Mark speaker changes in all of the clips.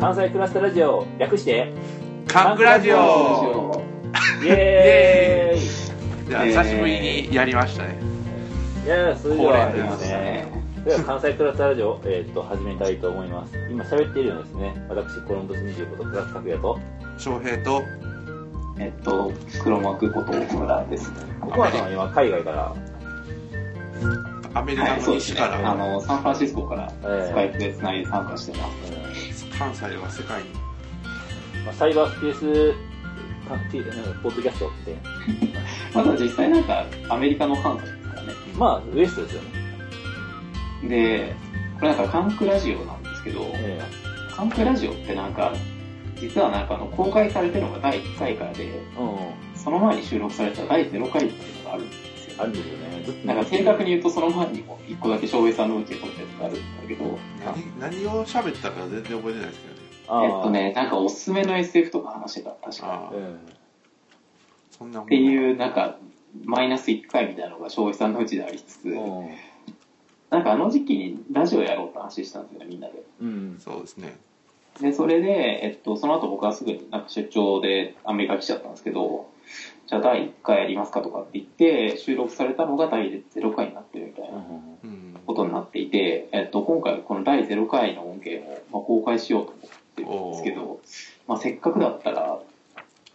Speaker 1: 関西クラスタラジオ略 して
Speaker 2: カンクラジオ
Speaker 1: イエーイ
Speaker 2: じゃあ久しぶりにやりましたね、
Speaker 1: いやーそれでは
Speaker 2: 恒例
Speaker 1: で
Speaker 2: ですす
Speaker 1: ね
Speaker 3: ね
Speaker 1: では関西クラスタラジオ、えー、と始めたいと思います今喋っているのはですね私コロンブス25とクラス拓也と
Speaker 2: 翔平と
Speaker 3: えっと、黒幕こと奥村です。
Speaker 1: 奥村さんは今海外から、
Speaker 2: アメリカ
Speaker 3: そう
Speaker 2: の
Speaker 3: です
Speaker 2: 西
Speaker 3: ね。
Speaker 2: から、
Speaker 3: あの、サンフランシスコからスカイ
Speaker 1: え
Speaker 3: プで繋いで参加してます。
Speaker 2: 関西は世界に
Speaker 1: ーまあ、サイバースペースかてなんかポッドキャストって
Speaker 3: まだ実際なんか、アメリカの関西ですからね。
Speaker 1: まあウエストですよね、
Speaker 3: で、これなんか、カンクラジオなんですけど、
Speaker 1: え
Speaker 3: カンクラジオってなんか、実はなんかあの、公開されてるのが第1回からで、
Speaker 1: ーうん
Speaker 3: その前に収録された第0回っていうのがあるんですよ。
Speaker 1: あるんですよねずっと
Speaker 3: なんか正確に言うとその前にも1個だけ翔平さんの受け取ったやつがあるんだけど、
Speaker 2: 何何を喋ったか全然覚えてないですけどね
Speaker 1: あー
Speaker 3: えっとね、なんかおすすめの SF とか話してた、確かに。
Speaker 2: あ
Speaker 1: う
Speaker 2: あ
Speaker 1: ん
Speaker 2: そんなもん
Speaker 3: っていう、なんか、マイナス1回みたいなのが翔平さんのうちでありつつ、
Speaker 1: うん
Speaker 3: なんかあの時期にラジオやろうって話したんですよね、みんなで。
Speaker 1: うん
Speaker 2: そうですね
Speaker 3: で、それで、えっと、その後僕はすぐになんか出張でアメリカ来ちゃったんですけど、じゃあ第1回やりますかとかって言って、収録されたのが第0回になってるみたいな
Speaker 2: うん
Speaker 3: ことになっていて、えっと、今回この第0回の音源をまあ公開しようと思ってるんですけど、まあ、せっかくだったら、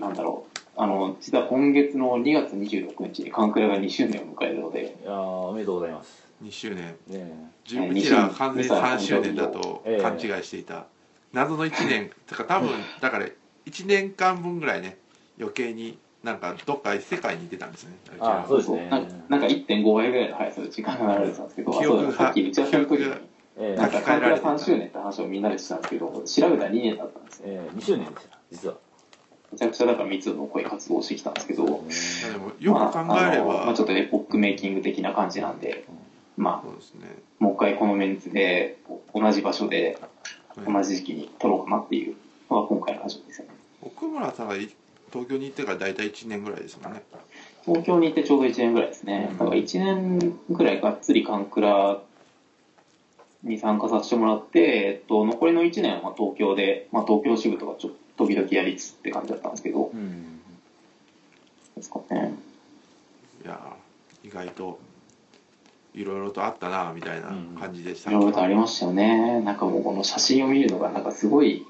Speaker 3: なんだろう、あの、実は今月の2月26日にカンクラが2周年を迎えるので、
Speaker 1: いやーおめでとうございます
Speaker 2: 2周年
Speaker 1: ね
Speaker 2: 自分うちらは完全に3周年だと
Speaker 1: ええ
Speaker 2: 勘違いしていた謎の1年とか多分だから1年間分ぐらいね余計になんかどっか世界に行ってたんですねうちらは
Speaker 1: あそうですね
Speaker 3: なんかなんか1.5倍ぐらいの速さで時間が流れてたんですけど、あ
Speaker 2: 記
Speaker 3: そ
Speaker 2: 憶
Speaker 3: う
Speaker 2: が
Speaker 3: ださっき打ち合わせの時に、
Speaker 1: ええ
Speaker 3: なんかカンクラ3周年って話をみんなでしてたんですけど、調べたら2年だったんですね。
Speaker 1: えー、2周年ですよ実は、
Speaker 3: めちゃくちゃだから密度の濃い活動をしてきたんですけど、
Speaker 2: いやでもよく考えれ
Speaker 3: まああのまあ
Speaker 2: ば
Speaker 3: ち
Speaker 2: そ
Speaker 3: ょっとエポックメイキング的な感じなんで、まあ、
Speaker 2: うですね
Speaker 3: もう一回このメンツで、同じ場所で、同じ時期に撮ろうかなっていうのが今回の話ですよね。
Speaker 2: 奥村さんがい東京に行ってから大体1年ぐらいですもんね
Speaker 3: 東京に行ってちょうど1年ぐらいですね。
Speaker 2: うん
Speaker 3: だから1年ぐらいがっつりカンクラに参加させてもらって、えっと、残りの1年はまあ東京で、まあ、東京支部とかちょっと時々やりつつって感じだったんですけど、
Speaker 1: うん
Speaker 3: ですかね。
Speaker 2: いやー意外といろいろとあったなみたいな感じでし
Speaker 3: い
Speaker 2: た、
Speaker 3: ろいろとありましたよね。なんかもうこの写真を見るのがなんかすごい、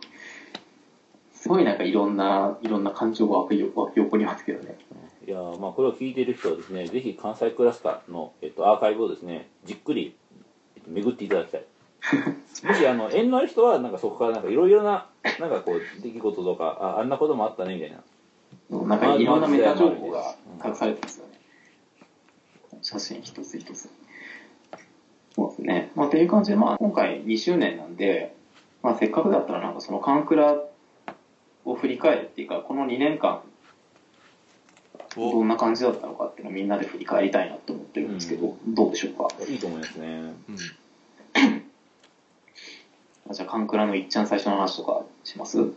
Speaker 3: すごいなんかいろんな、いろんな感情が湧き湧き起こりますけどね。
Speaker 1: いやーまあこれを聞いている人はですねぜひ関西クラスターの、えっと、アーカイブをですねじっくり、えっと、巡っていただきた いもしあの縁のある人はなんかそこからなんかいろいろななんかこう出来事とかああんなこともあったねみたいな
Speaker 3: なんかいろんなメタ情報が隠されてますよね。写真一つ一つ。そうですね。まあ、という感じで、まあ、今回2周年なんで、まあ、せっかくだったらなんかそのカンクラを振り返るっていうか、この2年間ど
Speaker 2: お
Speaker 3: んな感じだったのかっていうのをみんなで振り返りたいなと思ってるんですけど、どうでしょうか。
Speaker 1: いいと思いますね
Speaker 2: うん
Speaker 3: じゃあ、カンクラのいっちゃん最初の話とかします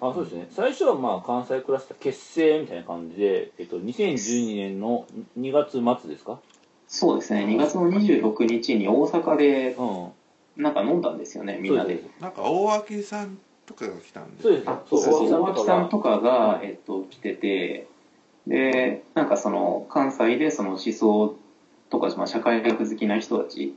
Speaker 1: あそうですね最初はまあ関西クラスター結成みたいな感じで、えっと、2012年の2月末ですか
Speaker 3: そうですね、2月の26日に大阪で、
Speaker 1: うん
Speaker 3: なんか飲んだんですよね、みんなで。
Speaker 2: なんか大脇さんとかが来たんで
Speaker 1: そうです
Speaker 3: あ
Speaker 1: そう
Speaker 3: そう
Speaker 1: です
Speaker 3: そう
Speaker 1: そう
Speaker 3: 大脇さんとかが
Speaker 1: う、ん
Speaker 3: えっと、来てて、で、なんかその、関西でその思想とか、まあ、社会学好きな人たち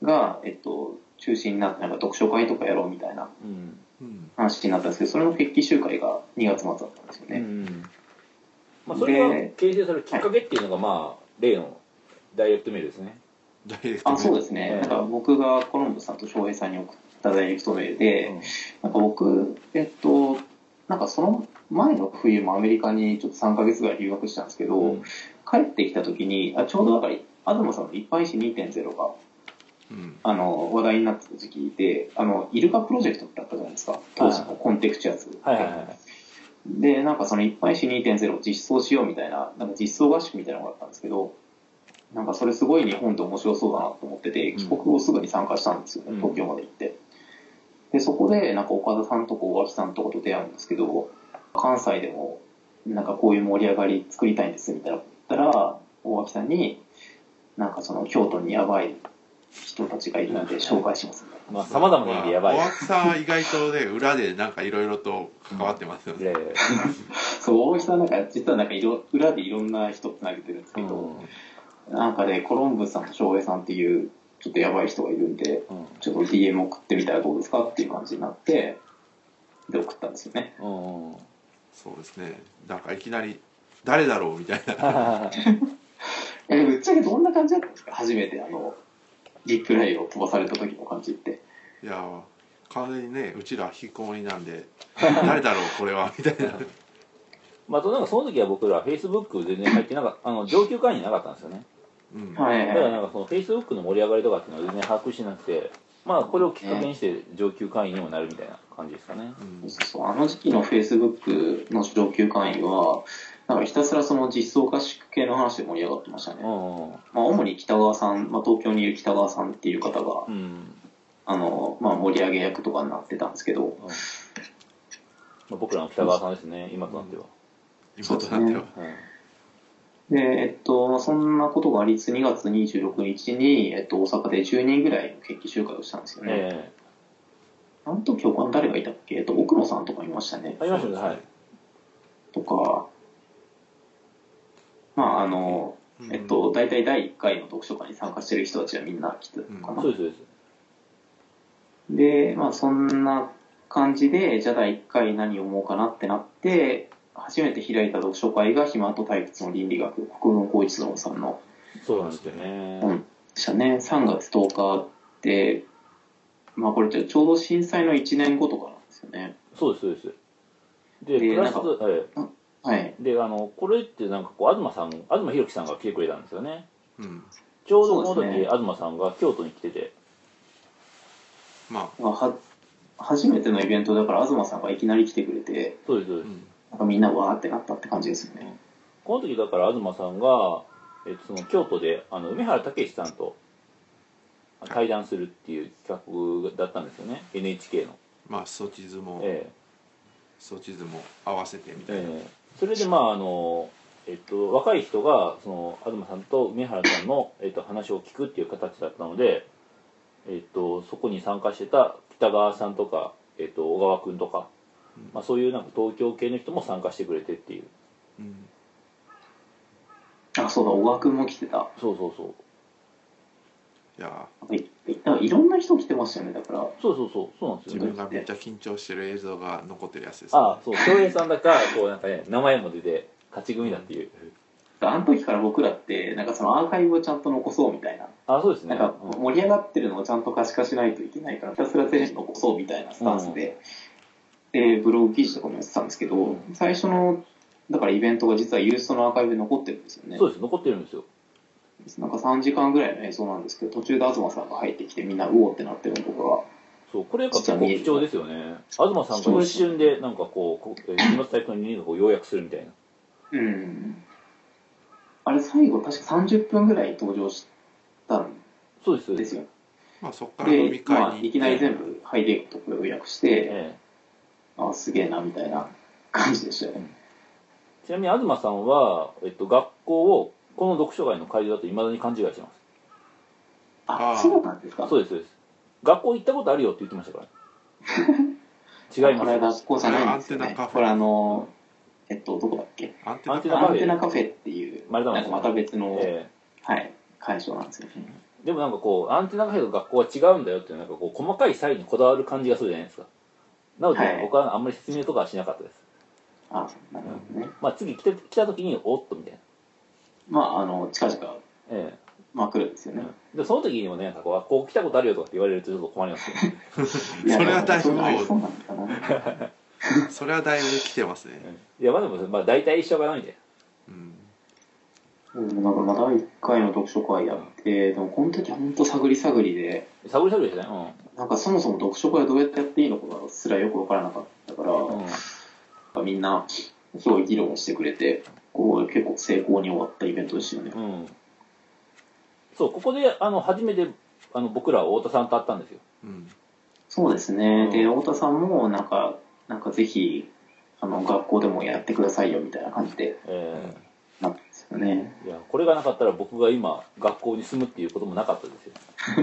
Speaker 3: が、えっと、中心になって、なんか読書会とかやろうみたいな
Speaker 1: うん
Speaker 2: うん
Speaker 3: 話になったんですけど、それの決起集会が2月末だったんですよ
Speaker 1: う
Speaker 3: ね。
Speaker 1: んまあ、それが
Speaker 3: で
Speaker 1: 形成されるきっかけっていうのが、まあ例のダイレクトメールですね
Speaker 2: ダイレクト
Speaker 3: あ、
Speaker 2: に
Speaker 3: そうですね。なんか僕がコロンブスさんと翔平さんに送ったダイレクトメールで、なんか僕、えっと、なんかその前の冬もアメリカにちょっと3ヶ月ぐらい留学したんですけど、
Speaker 1: うん
Speaker 3: 帰ってきた時に、あちょうどだから、東さんの一般医師2.0が
Speaker 2: うん
Speaker 3: あの話題になってた時期で、あの、イルカプロジェクトってあったじゃないですか、当時のコンテクチュアズ。
Speaker 1: はいはいはい
Speaker 3: で、なんかその一般医師2.0を実装しようみたいな、なんか実装合宿みたいなのがあったんですけど、なんかそれすごい日本で面白そうだなと思ってて、
Speaker 2: うん
Speaker 3: 帰国後すぐに参加したんですよね、
Speaker 1: うん
Speaker 3: 東京まで行って。で、そこでなんか岡田さんとか大脇さんとかと出会うんですけど、関西でもなんかこういう盛り上がり作りたいんですみたいなこと言ったら、大脇さんに、なんかその京都にやばい人たちがいるので紹介します、ね。
Speaker 1: まあ、様々な意味でやばい。
Speaker 2: 大木さんは意外とね、裏でなんかいろいろと関わってますよ
Speaker 1: い
Speaker 2: ね。
Speaker 1: やいやいや
Speaker 3: そう、大木さんなんか、実はなんかいろ、裏でいろんな人つなげてるんですけ
Speaker 1: うん
Speaker 3: ど、なんかね、コロンブスさんと翔平さんっていう、ちょっとやばい人がいるんで、
Speaker 1: うん
Speaker 3: ちょっと DM 送ってみたらどうですかっていう感じになって、で、送ったんですよね。
Speaker 1: うんうん。
Speaker 2: そうですね。なんかいきなり、誰だろうみたいな。
Speaker 3: え、でもぶっちゃけどんな感じだったんですか初めてあの、リプライを飛ばされた時の感じって。
Speaker 2: いやー完全にね、うちら引きこもりなんで、誰だろうこれはみたいな。
Speaker 1: まあ、となんかその時は僕ら Facebook 全然入ってなかった、あの、上級会員なかったんですよね。
Speaker 2: うん。
Speaker 3: はい
Speaker 1: だからなんかその Facebook の盛り上がりとかっていうのは全然把握してなくて、まあ、これをきっかけにして上級会員にもなるみたいな感じですかね。
Speaker 2: うん
Speaker 3: そうそうあの時期の Facebook の上級会員は、なんかひたすらその実装合宿系の話で盛り上がってました
Speaker 1: う
Speaker 3: ね。
Speaker 1: んうん。
Speaker 3: まあ、主に北川さん、まあ、東京にいる北川さんっていう方が
Speaker 1: う、ん。
Speaker 3: あの、まあ、盛り上げ役とかになってたんですけど、
Speaker 1: まあ、僕らの北川さんですね、今となっては。
Speaker 2: 今となって
Speaker 1: う
Speaker 2: は。
Speaker 1: ん
Speaker 3: で、えっと、まあ、そんなことがありつつ、2月26日に、えっと、大阪で10人ぐらいの決起集会をしたんですよね。
Speaker 1: え
Speaker 3: あの時他に誰がいたっけえっと、奥野さんとかいましたね
Speaker 1: え。ありましたね、はい。
Speaker 3: とか、まあ、あの、
Speaker 2: うん
Speaker 3: えっと、大体第1回の読書会に参加してる人たちはみんな来てたのかな。
Speaker 1: そうです、そうです。
Speaker 3: で、まあそんな感じで、じゃあ第1回何読もうかなってなって、初めて開いた読書会が暇と退屈の倫理学、国分光一郎さんの
Speaker 1: そうなんですよね。
Speaker 3: 本でしたね。3月10日で、まあこれちょちょうど震災の1年後とかなんですよね。
Speaker 1: そうです、そうです。で、
Speaker 3: で
Speaker 1: プラス、
Speaker 3: なんか
Speaker 1: え
Speaker 3: はい。
Speaker 1: えで、あの、これってなんかこう、東さん、東博樹さんが来てくれたんですよね。
Speaker 2: うん。
Speaker 1: ちょうどこの
Speaker 3: そう
Speaker 1: 時、
Speaker 3: です
Speaker 1: 東さんが京都に来てて、
Speaker 2: ま
Speaker 3: まあは初めてのイベントだから東さんがいきなり来てくれて、
Speaker 1: そうです、そう
Speaker 2: あ、
Speaker 1: です。
Speaker 2: うん
Speaker 3: なんかみんなわーってなったって感じですよね。
Speaker 1: この時だから東さんが、えっと、その京都であの梅原武史さんとあ対談するっていう企画だったんですよね NHK の、
Speaker 2: まあ、ソチズも、
Speaker 1: え
Speaker 2: ソチズも合わせてみ
Speaker 1: え
Speaker 2: たいな。
Speaker 1: ええそれでまああのえっと若い人がその東さんと梅原さんの、えっと、話を聞くっていう形だったので、えっと、そこに参加してた北川さんとか、えっと、小川君とか、まあ、そういうなんか東京系の人も参加してくれてっていう
Speaker 2: うん。
Speaker 3: あ、そうだ、小川くんも来てた。
Speaker 1: そうそうそう
Speaker 2: いや
Speaker 3: なんかいなんかいろんな人来てましたよね、だから。
Speaker 1: そうそうそうそうなんです
Speaker 2: ー自
Speaker 1: よね
Speaker 2: 分がめっちゃ緊張してる映像が残ってるやつです、ね。
Speaker 1: ああ、そう、翔平さんだか、こうなんかね、名前も出て、勝ち組だっていう。
Speaker 3: あの時から僕らって、なんかそのアーカイブをちゃんと残そうみたいな、
Speaker 1: あそうです
Speaker 3: な
Speaker 1: ね。
Speaker 3: んか
Speaker 1: うん
Speaker 3: 盛り上がってるのをちゃんと可視化しないといけないから、ひたすら全部残そうみたいなスタンスで、で、ブログ記事とかもやってたんですけど、最初の、だからイベントが実はユーストのアーカイブで残ってるんですよね。
Speaker 1: そうです、残ってるんですよ。
Speaker 3: なんか3時間ぐらいの映像なんですけど、途中で東さんが入ってきてみんなうおーってなってるのとか
Speaker 1: そう、これやっぱ結構貴重ですよね。東さん
Speaker 3: そう
Speaker 1: が
Speaker 3: で
Speaker 1: 一
Speaker 3: す
Speaker 1: 瞬で、なんかこうこう、えー島津の人を要約するみたいな。
Speaker 3: が、うん。あれ最後確か30分ぐらい登場したん
Speaker 1: そうです、そう
Speaker 3: で
Speaker 1: です。
Speaker 3: すよ。
Speaker 2: まあ、そこから飲み
Speaker 3: で、
Speaker 2: 会に行
Speaker 3: まあ、いきなり全部ハイデークとこれを予約して、
Speaker 1: え
Speaker 3: あすげえなみたいな感じでしたよね。
Speaker 1: えちなみに東さんは、えっと、学校を、この読書会の会場だと未だに勘違いしてま
Speaker 3: あ
Speaker 2: あー
Speaker 3: そうなんですか
Speaker 1: す。そうです、そうです。学校行ったことあるよって言ってま したから。違い
Speaker 3: これは
Speaker 1: ます。
Speaker 3: 学校じゃないんですよ
Speaker 2: これアンテ
Speaker 3: ね
Speaker 2: ナカ。フェ
Speaker 3: これあの、えっと、どこだっけ
Speaker 2: アンテナ
Speaker 1: アンテナカフェ
Speaker 3: アンテナカフェっていう、
Speaker 1: 丸太
Speaker 3: な
Speaker 1: 町
Speaker 3: んかまた別の、
Speaker 1: え
Speaker 3: はい、会場なんですよね。
Speaker 1: えでもなんかこう、アンテナカフェと学校は違うんだよっていう、なんかこう、細かい際にこだわる感じがするじゃないですか。なので、
Speaker 3: はい
Speaker 1: 僕はあんまり説明とかはしなかったです。
Speaker 3: あなるほどね。
Speaker 1: まあ、次来て来た時におっとみたいな、
Speaker 3: まあ、あの、近々、
Speaker 1: え
Speaker 3: まあ来るんですよ
Speaker 1: え
Speaker 3: ね。
Speaker 1: でその時にもねなんかこうあこう来たことあるよとかって言われるとちょっと困りますよ
Speaker 3: い や
Speaker 2: それはだいぶ
Speaker 3: でもそうなんだな。
Speaker 2: それはだいぶ来てますね。
Speaker 1: いやまあでも、まあ、大体一緒かなみたい
Speaker 2: うん。
Speaker 3: うんなんかまた一回の読書会やって、でもこの時は本当探り探りで、
Speaker 1: なサブサブでしたね
Speaker 3: なんかそもそも読書会はどうやってやっていいのかすらよくわからなかったから、
Speaker 1: うん、うん、
Speaker 3: みんな、すごい議論をしてくれて、こう結構成功に終わったイベントですよね。
Speaker 1: うん、そうここであの初めてあの僕らは太田さんと会ったんですよ
Speaker 2: うん。
Speaker 3: そうです
Speaker 1: う
Speaker 3: ね。
Speaker 1: ん
Speaker 3: で、太田さんも、なんか、なんかぜひ、あの、学校でもやってくださいよみたいな感じで
Speaker 1: え
Speaker 3: なったんですですよね。
Speaker 1: いやこれがなかったら僕が今学校に住むっていうこともなかったですよ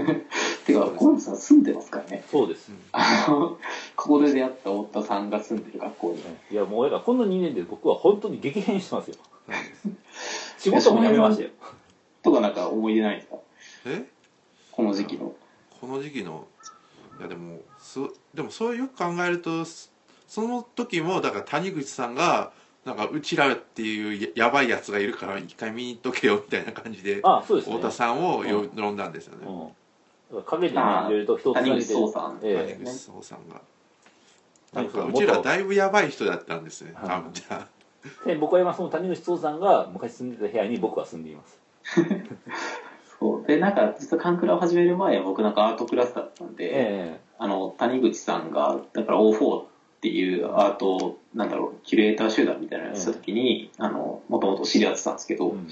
Speaker 2: そうで
Speaker 3: てか、
Speaker 2: す
Speaker 3: ゴンさん住んでますからね。
Speaker 1: そうです、
Speaker 3: あの、 ここで出会った太田さんが住んでる学校に。
Speaker 1: いやもうだからこの2年で僕は本当に激変してますよ
Speaker 2: そうです
Speaker 1: 仕事も辞めましたよ
Speaker 3: とかなんか思い出ないですか
Speaker 2: え
Speaker 3: この時期の。
Speaker 2: この時期のいやでもそでもそうよく考えるとそその時もだから谷口さんがなんかうちらっていうややばいやつがいるから一回見に行っとけよみたいな感じで
Speaker 1: あそうですね
Speaker 2: 太田さんをよ呼んだんですよね
Speaker 1: うん、だから陰でねいろいろと人をつな
Speaker 3: 谷
Speaker 1: げて
Speaker 3: 口壮さん。
Speaker 1: え
Speaker 2: 谷
Speaker 1: え
Speaker 2: 口壮さんがな
Speaker 1: 谷
Speaker 2: ん
Speaker 1: 口さ
Speaker 2: か
Speaker 1: ん
Speaker 2: う
Speaker 1: 元
Speaker 2: ちらだいぶやばい人だったんですね
Speaker 1: はい
Speaker 2: 多分じゃ
Speaker 1: で僕は今その谷口壮さんが昔住んでた部屋に僕は住んでいます
Speaker 3: そう。で、なんか、実はカンクラを始める前は僕なんかアートクラスだったんで、
Speaker 1: え
Speaker 3: あの、谷口さんが、だから O4 っていうアート、なんだろう、キュレーター集団みたいなのをやってた時に、あの、もともと知り合ってたんですけ
Speaker 1: え
Speaker 3: ど、
Speaker 1: うん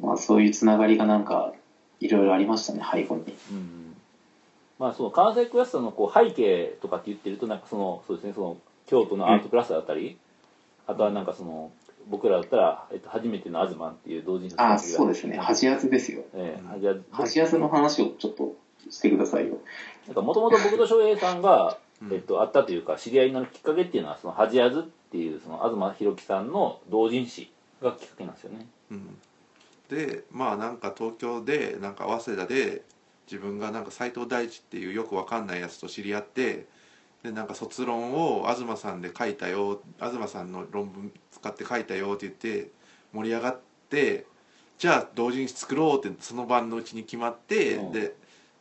Speaker 3: まあそういうつながりがなんか、いろいろありましたね、背後に。
Speaker 1: うんまあその関西クラスターのこう背景とかって言ってるとなんかそのそうですねその京都のアートクラスターだったり、あとはなんかその僕らだったら、えっと、初めての東っていう同人誌の
Speaker 3: ああ、
Speaker 1: 時が
Speaker 3: そうですね、ハジアズですよ。
Speaker 1: ええ
Speaker 2: うん
Speaker 1: あじゃあ
Speaker 3: ハジアズの話をちょっとしてくださいよ。
Speaker 1: なんかもともと僕と翔平さんが、
Speaker 2: うん
Speaker 1: えっと、会ったというか知り合いになるきっかけっていうのはそのハジアズっていうその東博樹さんの同人誌がきっかけなんですよね
Speaker 2: うん、でまあなんか東京でなんか早稲田で自分がなんか斎藤大地っていうよくわかんないやつと知り合ってでなんか卒論を東さんで書いたよ東さんの論文使って書いたよって言って盛り上がってじゃあ同時に作ろうってその晩のうちに決まって、
Speaker 1: うん
Speaker 2: で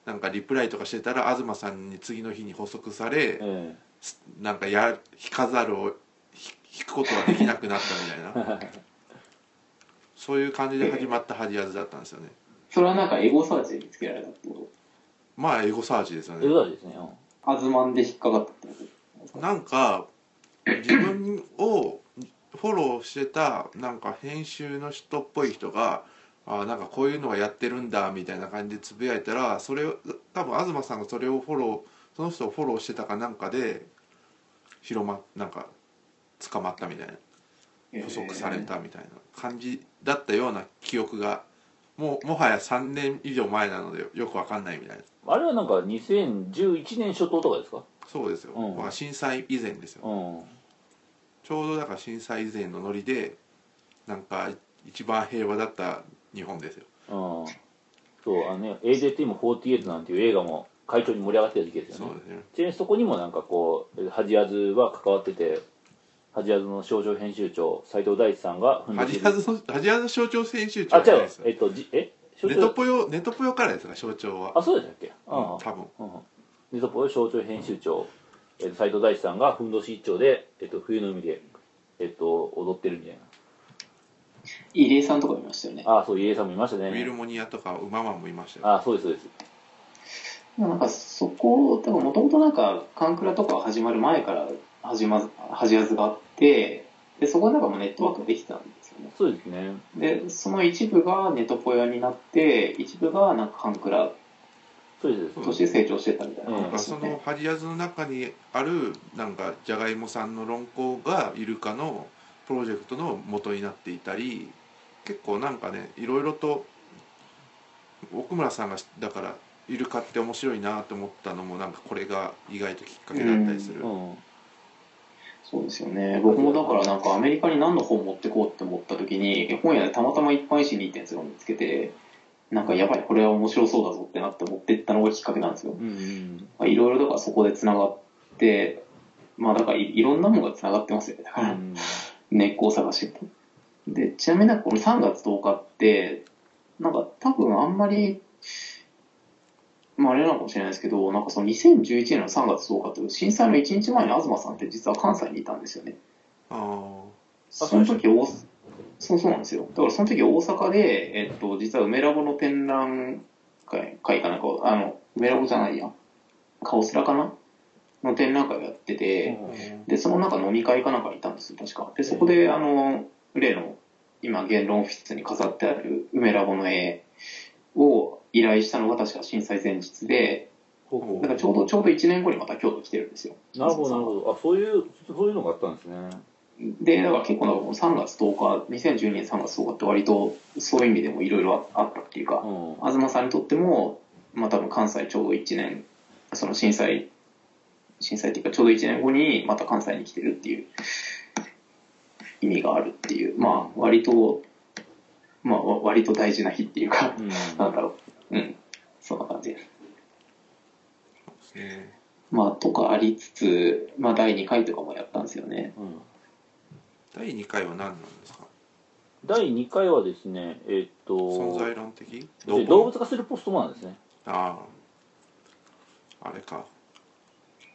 Speaker 2: なんかリプライとかしてたら東さんに次の日に補足され、
Speaker 1: え
Speaker 2: すなんかや引かざるをひ引くことができなくなったみたいな。
Speaker 1: え
Speaker 2: そういう感じで始まったハジアズだったんですよね。
Speaker 3: それはなんかエゴサーチで見つけられたってこ
Speaker 2: まあエゴサーチですよ
Speaker 1: というこ
Speaker 2: ね。
Speaker 1: とですね、うん
Speaker 3: と。アズマンで引っかかったってこと。
Speaker 2: なんか自分をフォローしてたなんか編集の人っぽい人が。あなんかこういうのがやってるんだみたいな感じでつぶやいたらそれを多分東さんがそれをフォローその人をフォローしてたかなんかで広まなんか捕まったみたいな捕捉されたみたいな感じだったような記憶がもうもはや3年以上前なのでよくわかんないみたいな
Speaker 1: あれはなんか2011年初頭とかですか
Speaker 2: そうですよ、
Speaker 1: うん
Speaker 2: まあ、震災以前ですよ、
Speaker 1: うん
Speaker 2: ちょうどだから震災以前のノリでなんか一番平和だった日本ですよ
Speaker 1: うんそうあのね AJTM48 なんていう映画も会長に盛り上がってた時期です
Speaker 2: そ
Speaker 1: よね
Speaker 2: うですね
Speaker 1: ちなみにそこにもなんかこうハジアズは関わっててハジアズの少女編集長斎藤大地さんが
Speaker 2: アジアズのアジアズ象徴選手
Speaker 1: あ
Speaker 2: 長じ
Speaker 1: 違
Speaker 2: ゃないうですよ
Speaker 1: えっとじえ少
Speaker 2: ネト
Speaker 1: 女
Speaker 2: ポヨネトポヨからですか象徴は
Speaker 1: あそうでしたっけ
Speaker 2: うん
Speaker 1: あ
Speaker 2: 多分
Speaker 1: あうんネトポ少女編集長えっと斎藤大地さんがふんどし一丁でえっと冬の海でえっと踊ってるみたい
Speaker 3: 入江さんとか見ましたよね。
Speaker 1: なあそう家さんもいました
Speaker 2: ウィル
Speaker 1: ね
Speaker 2: モニアとかウママンもいましたよ
Speaker 1: あそうですそうです
Speaker 3: でもなんかそこ、でももともとなんか、カンクラとか始まる前から始ま、始まずがあって、で、そこはなんかもうネットワークができてたんですよね。
Speaker 1: そうですね
Speaker 3: で、その一部がネトポヤになって、一部がなんかカンクラ
Speaker 1: そうです
Speaker 2: そう
Speaker 3: として成長してたみたいな
Speaker 1: うん
Speaker 3: 感
Speaker 2: な
Speaker 3: じ
Speaker 2: んかそ
Speaker 3: ですよね。
Speaker 2: のハジアズの中にあるなんかジャガイモさんの論考がイルカのプロジェクトの元になっていたり結構なんかねいろいろと奥村さんがだからイルカって面白いなと思ったのもなんかこれが意外ときっかけだったりする、
Speaker 1: うん
Speaker 3: そうですよね。僕もだからなんかアメリカに何の本持ってこうって思った時に、本屋でたまたま一般誌2.0を見つけて、なんかやばい、これは面白そうだぞってなって持ってったのがきっかけなんですよ。
Speaker 1: うんうん
Speaker 3: まあいろいろだからそこで繋がって、まあだからいいろんなものが繋がってますよね。だ
Speaker 1: う
Speaker 3: から、
Speaker 1: ん
Speaker 3: 根っこを探してと。で、ちなみになんかこの3月10日って、なんか多分あんまり、まああれなのかもしれないですけど、なんかその2011年の3月10日って震災の1日前に東さんって実は関西にいたんですよね。
Speaker 2: あー
Speaker 3: その時大、そうそうなんですよ。だからその時大阪で、えっと、実は梅ラボの展覧会会かなんかを、あの、梅ラボじゃないや、カオスラかなの展覧会をやってて、で、その中飲み会かなんかにいたんですよ、確か。で、そこで、あの、例の、今、言論オフィスに飾ってある梅ラボの絵を依頼したのが確か震災前日で、
Speaker 1: ほうほ
Speaker 3: だからちょうど、ちょうど1年後にまた京都来てるんですよ。
Speaker 1: うなるほどなるほどあそういうそういうのがあったんですね
Speaker 3: で、だから結構なんかこう3月10日、2012年3月10日って割とそういう意味でもいろいろあったっていうか、
Speaker 1: うん
Speaker 3: 東さんにとっても、まあ多分関西ちょうど1年、その震災、震災っていうかちょうど1年後にまた関西に来てるっていう意味があるっていう、まあ割と、まあわ割と大事な日っていうか、
Speaker 1: うん
Speaker 3: なんだろう、うん、そんな感じです。
Speaker 2: ですね
Speaker 3: まあとかありつつ、まあ第2回とかもやったんですよね。
Speaker 1: うん
Speaker 2: 第2回は何なんですか
Speaker 1: 第2回はですねえっと
Speaker 2: 存在論的
Speaker 1: で動物化するポストマンですね
Speaker 2: あああれか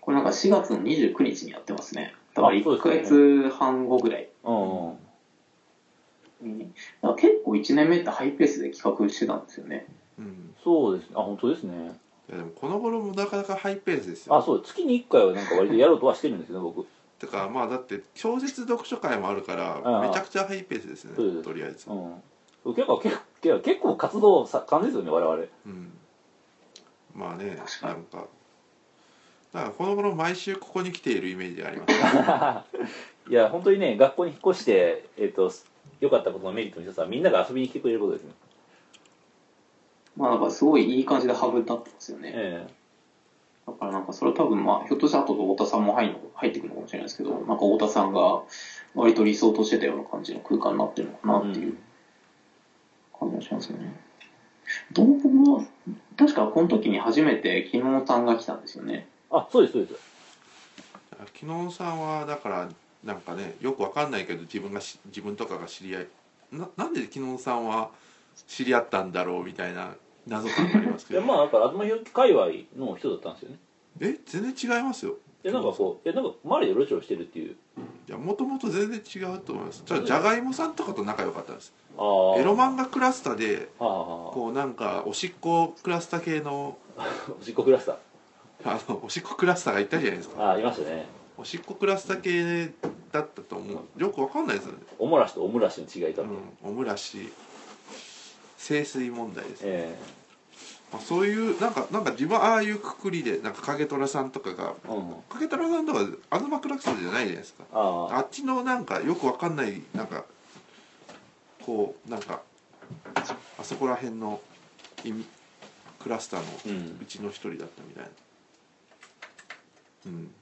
Speaker 3: これなんか4月の29日にやってますね。だから
Speaker 1: あそう
Speaker 3: 1
Speaker 1: です
Speaker 3: ヶ
Speaker 1: ね
Speaker 3: 月半後ぐらい
Speaker 1: うん、うん、
Speaker 3: に。だから結構1年目ってハイペースで企画してたんですよね。
Speaker 2: うん
Speaker 1: そうですねあ本当ですね
Speaker 2: いやでもこの頃もなかなかハイペースですよ
Speaker 1: あそう月に1回はなんか割とやろうとはしてるんですよね僕
Speaker 2: てかまあだって小説読書会もあるから
Speaker 1: ああ
Speaker 2: めちゃくちゃハイペースですね
Speaker 1: そうです
Speaker 2: とりあえず
Speaker 1: うん結構結構結構活動さ感じですよね我々
Speaker 2: うんまあね
Speaker 3: 確か
Speaker 2: な
Speaker 3: に
Speaker 2: んかだからこの頃毎週ここに来ているイメージありま すね
Speaker 1: いや本当にね学校に引っ越してえっと良かったことのメリットの一つはみんなが遊びに来てくれることですね
Speaker 3: まあなんかすごいいい感じでハブになってますよね。
Speaker 1: え
Speaker 3: だからなんかそれは多分まあひょっとしたら後で太田さんも入んの入ってくるのかもしれないですけど、なんか太田さんが割と理想としてたような感じの空間になってるのかなっていう感じがしますよね。どうも、確かこの時に初めて昨日さんが来たんですよね。
Speaker 1: えあそうですそうです
Speaker 2: 昨日さんはだからなんかねよくわかんないけど自分がし自分とかが知り合いななんで昨日さんは知り合ったんだろうみたいな謎感があります
Speaker 1: い
Speaker 2: け
Speaker 1: や
Speaker 2: ど、
Speaker 1: まあだから東洋界隈の人だったんですよね
Speaker 2: え全然違いますよ
Speaker 1: でなんかこうえなんか周りでロチョロしてるっていう
Speaker 2: いやもともと全然違うと思いますじゃあじゃがいもさんとかと仲良かったです
Speaker 1: ああ
Speaker 2: エロ漫
Speaker 1: 画
Speaker 2: 画クラスターで
Speaker 1: はあ、はあ、
Speaker 2: こうなんかおしっこクラスター系の
Speaker 1: おしっこクラスター
Speaker 2: あのおしっこクラスターがいたじゃないですか
Speaker 1: ああいましたね
Speaker 2: おしっこクラスター系だったと思うよくわかんないですよね、
Speaker 1: おもらしとおむらしの違いだ
Speaker 2: う
Speaker 1: と、
Speaker 2: ん、オムラシ清水問題です、
Speaker 1: え
Speaker 2: まあ、そういうなんかなんか自分はああいうくくりでなんか影虎さんとかが
Speaker 1: えうん
Speaker 2: 影虎さんとかあのマクラクターじゃないじゃないですか
Speaker 1: ああ
Speaker 2: あっちのなんかよくわかんないなんかこうなんかあそこら辺のインクラスターの
Speaker 1: うん
Speaker 2: うちの一人だったみたいなうん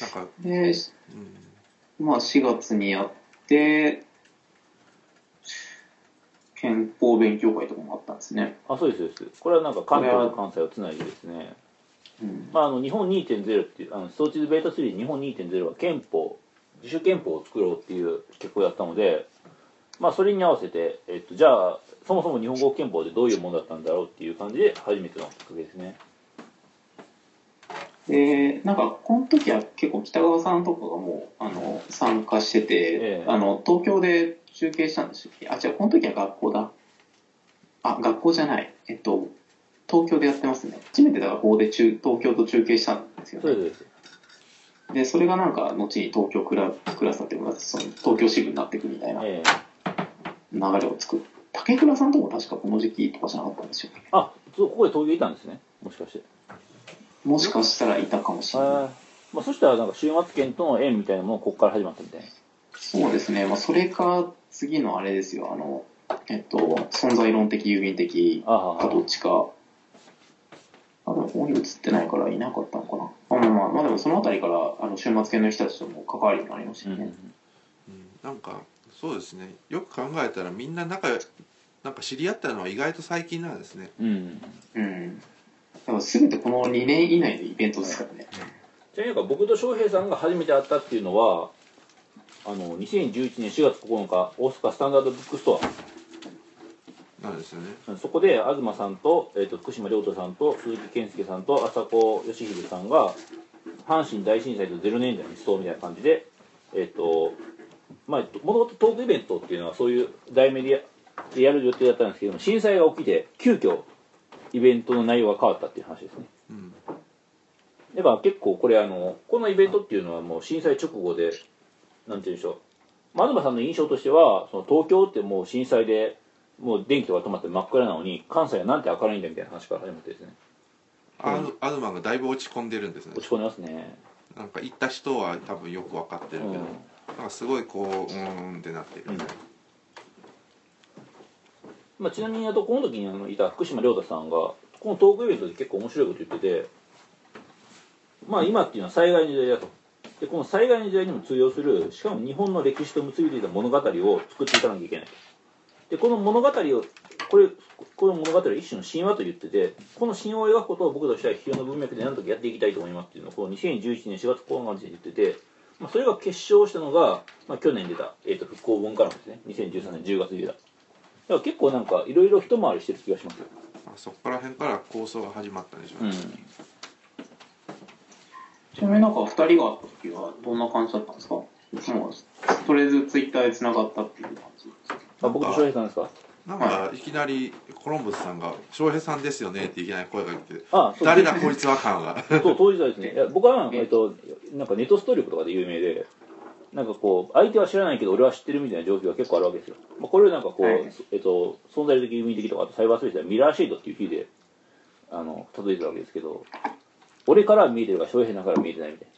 Speaker 2: なんか
Speaker 3: で、
Speaker 2: うん
Speaker 3: まあ4月にやって、健康勉強会とかもあったんですね。
Speaker 1: あそうですそうですこれはなんか関東と関西をつないでですね
Speaker 3: うん
Speaker 1: まあ、あの日本2.0っていうあの装置図ベータ3日本2.0は憲法自主憲法を作ろうっていう企画をやったので、まあ、それに合わせて、えっと、じゃあそもそも日本語憲法でどういうものだったんだろうっていう感じで初めてのきっかけですね
Speaker 3: で、なんか、この時は結構北川さんとかがもう、あの、参加してて、
Speaker 1: ええ
Speaker 3: あの、東京で中継したんですよ。あ、違う、この時は学校だ。あ、学校じゃない。えっと、東京でやってますね。初めてだから、ここで中、東京と中継したんですよ
Speaker 1: そう
Speaker 3: ね。
Speaker 1: です
Speaker 3: で、それがなんか、後に東京クラクラスだっていうのが、その、東京支部になっていくみたいな。
Speaker 1: ええ
Speaker 3: 流れを作る竹倉さんとも確かこの時期とかじゃなかったんですよね
Speaker 1: あそうここで東京いたんですねもしかして
Speaker 3: もしかしたらいたかもし
Speaker 1: あ
Speaker 3: れない
Speaker 1: ー、まあ、そしたらなんか終末権との縁みたいなものがここから始まったみたいな
Speaker 3: そうですね、まあ、それか次のあれですよあのえっと存在論的郵便的
Speaker 1: あ
Speaker 3: かどっちかあでもここに映ってないからいなかったのかなあまあまあまあでもそのあたりからあの終末系の人たちとも関わりがありました
Speaker 1: う
Speaker 3: よね、
Speaker 1: ん
Speaker 2: うんなんかそうですねよく考えたらみんな仲なんか知り合ったのは意外と最近なんですね
Speaker 1: うん
Speaker 3: うんだから全てこの2年以内のイベントですからね、
Speaker 1: ちなみになんか僕と翔平さんが初めて会ったっていうのはあの2011年4月9日大阪スタンダードブックスト
Speaker 2: なんですよね
Speaker 1: アそこで東さんと,、えー、と福島亮太さんと鈴木健介さんと浅子義秀さんが阪神大震災と0年代にそうみたいな感じでえっ、とまあもともとトークイベントっていうのはそういう大メディアでやる予定だったんですけども震災が起きて急遽イベントの内容が変わったっていう話ですね
Speaker 2: うん
Speaker 1: だから結構これあのこのイベントっていうのはもう震災直後でなんて言うんでしょうまあ東さんの印象としてはその東京ってもう震災でもう電気とか止まって真っ暗なのに関西はなんて明るいんだみたいな話から始まってですね
Speaker 2: アルアルマンがだいぶ落ち込んでるんですね
Speaker 1: 落ち込んでますね
Speaker 2: なんか行った人は多分よく分かってるけど、
Speaker 1: うん
Speaker 2: なんかすごいこううーんってなってる、ね
Speaker 1: まあ、ちなみにあとこの時にあのいた福島亮太さんがこのトークイベントで結構面白いこと言っててまあ今っていうのは災害の時代だとでこの災害の時代にも通用するしかも日本の歴史と結びついた物語を作っていかなきゃいけないでこの物語をこれこの物語は一種の神話と言っててこの神話を描くことを僕としては必要な文脈で何とかやっていきたいと思いますっていうのをこの2011年4月後半で言ってて、まあ、それが結晶したのが、まあ、去年出た、えー、と復興文化論ですね2013年10月に出ただから結構なんかいろいろ一回りしてる気がしますよ、
Speaker 2: まあそこら辺から構想が始まったんでしょう
Speaker 1: う
Speaker 2: ね、
Speaker 1: ん、
Speaker 3: ちなみになんか2人が会った時はどんな感じだったんですかもうとりあえずツイッターでつながったっていう感じ
Speaker 1: あ僕と翔平さんですか
Speaker 2: なんかいきなりコロンブスさんが「翔平さんですよね」っていきなり声がけて
Speaker 1: あ
Speaker 2: 「
Speaker 1: そう
Speaker 2: 誰だこいつは感が」
Speaker 1: そう当時はです ねいや僕は、えっと、なんかネットストーリーとかで有名でなんかこう相手は知らないけど俺は知ってるみたいな状況が結構あるわけですよ、まあ、これをなんかこう、
Speaker 3: はい
Speaker 1: えっと、存在的意味的とかあとサイバースペースではミラーシェイドっていう日であの例えてたわけですけど俺からは見えてるが翔平さんからは見えてないみたい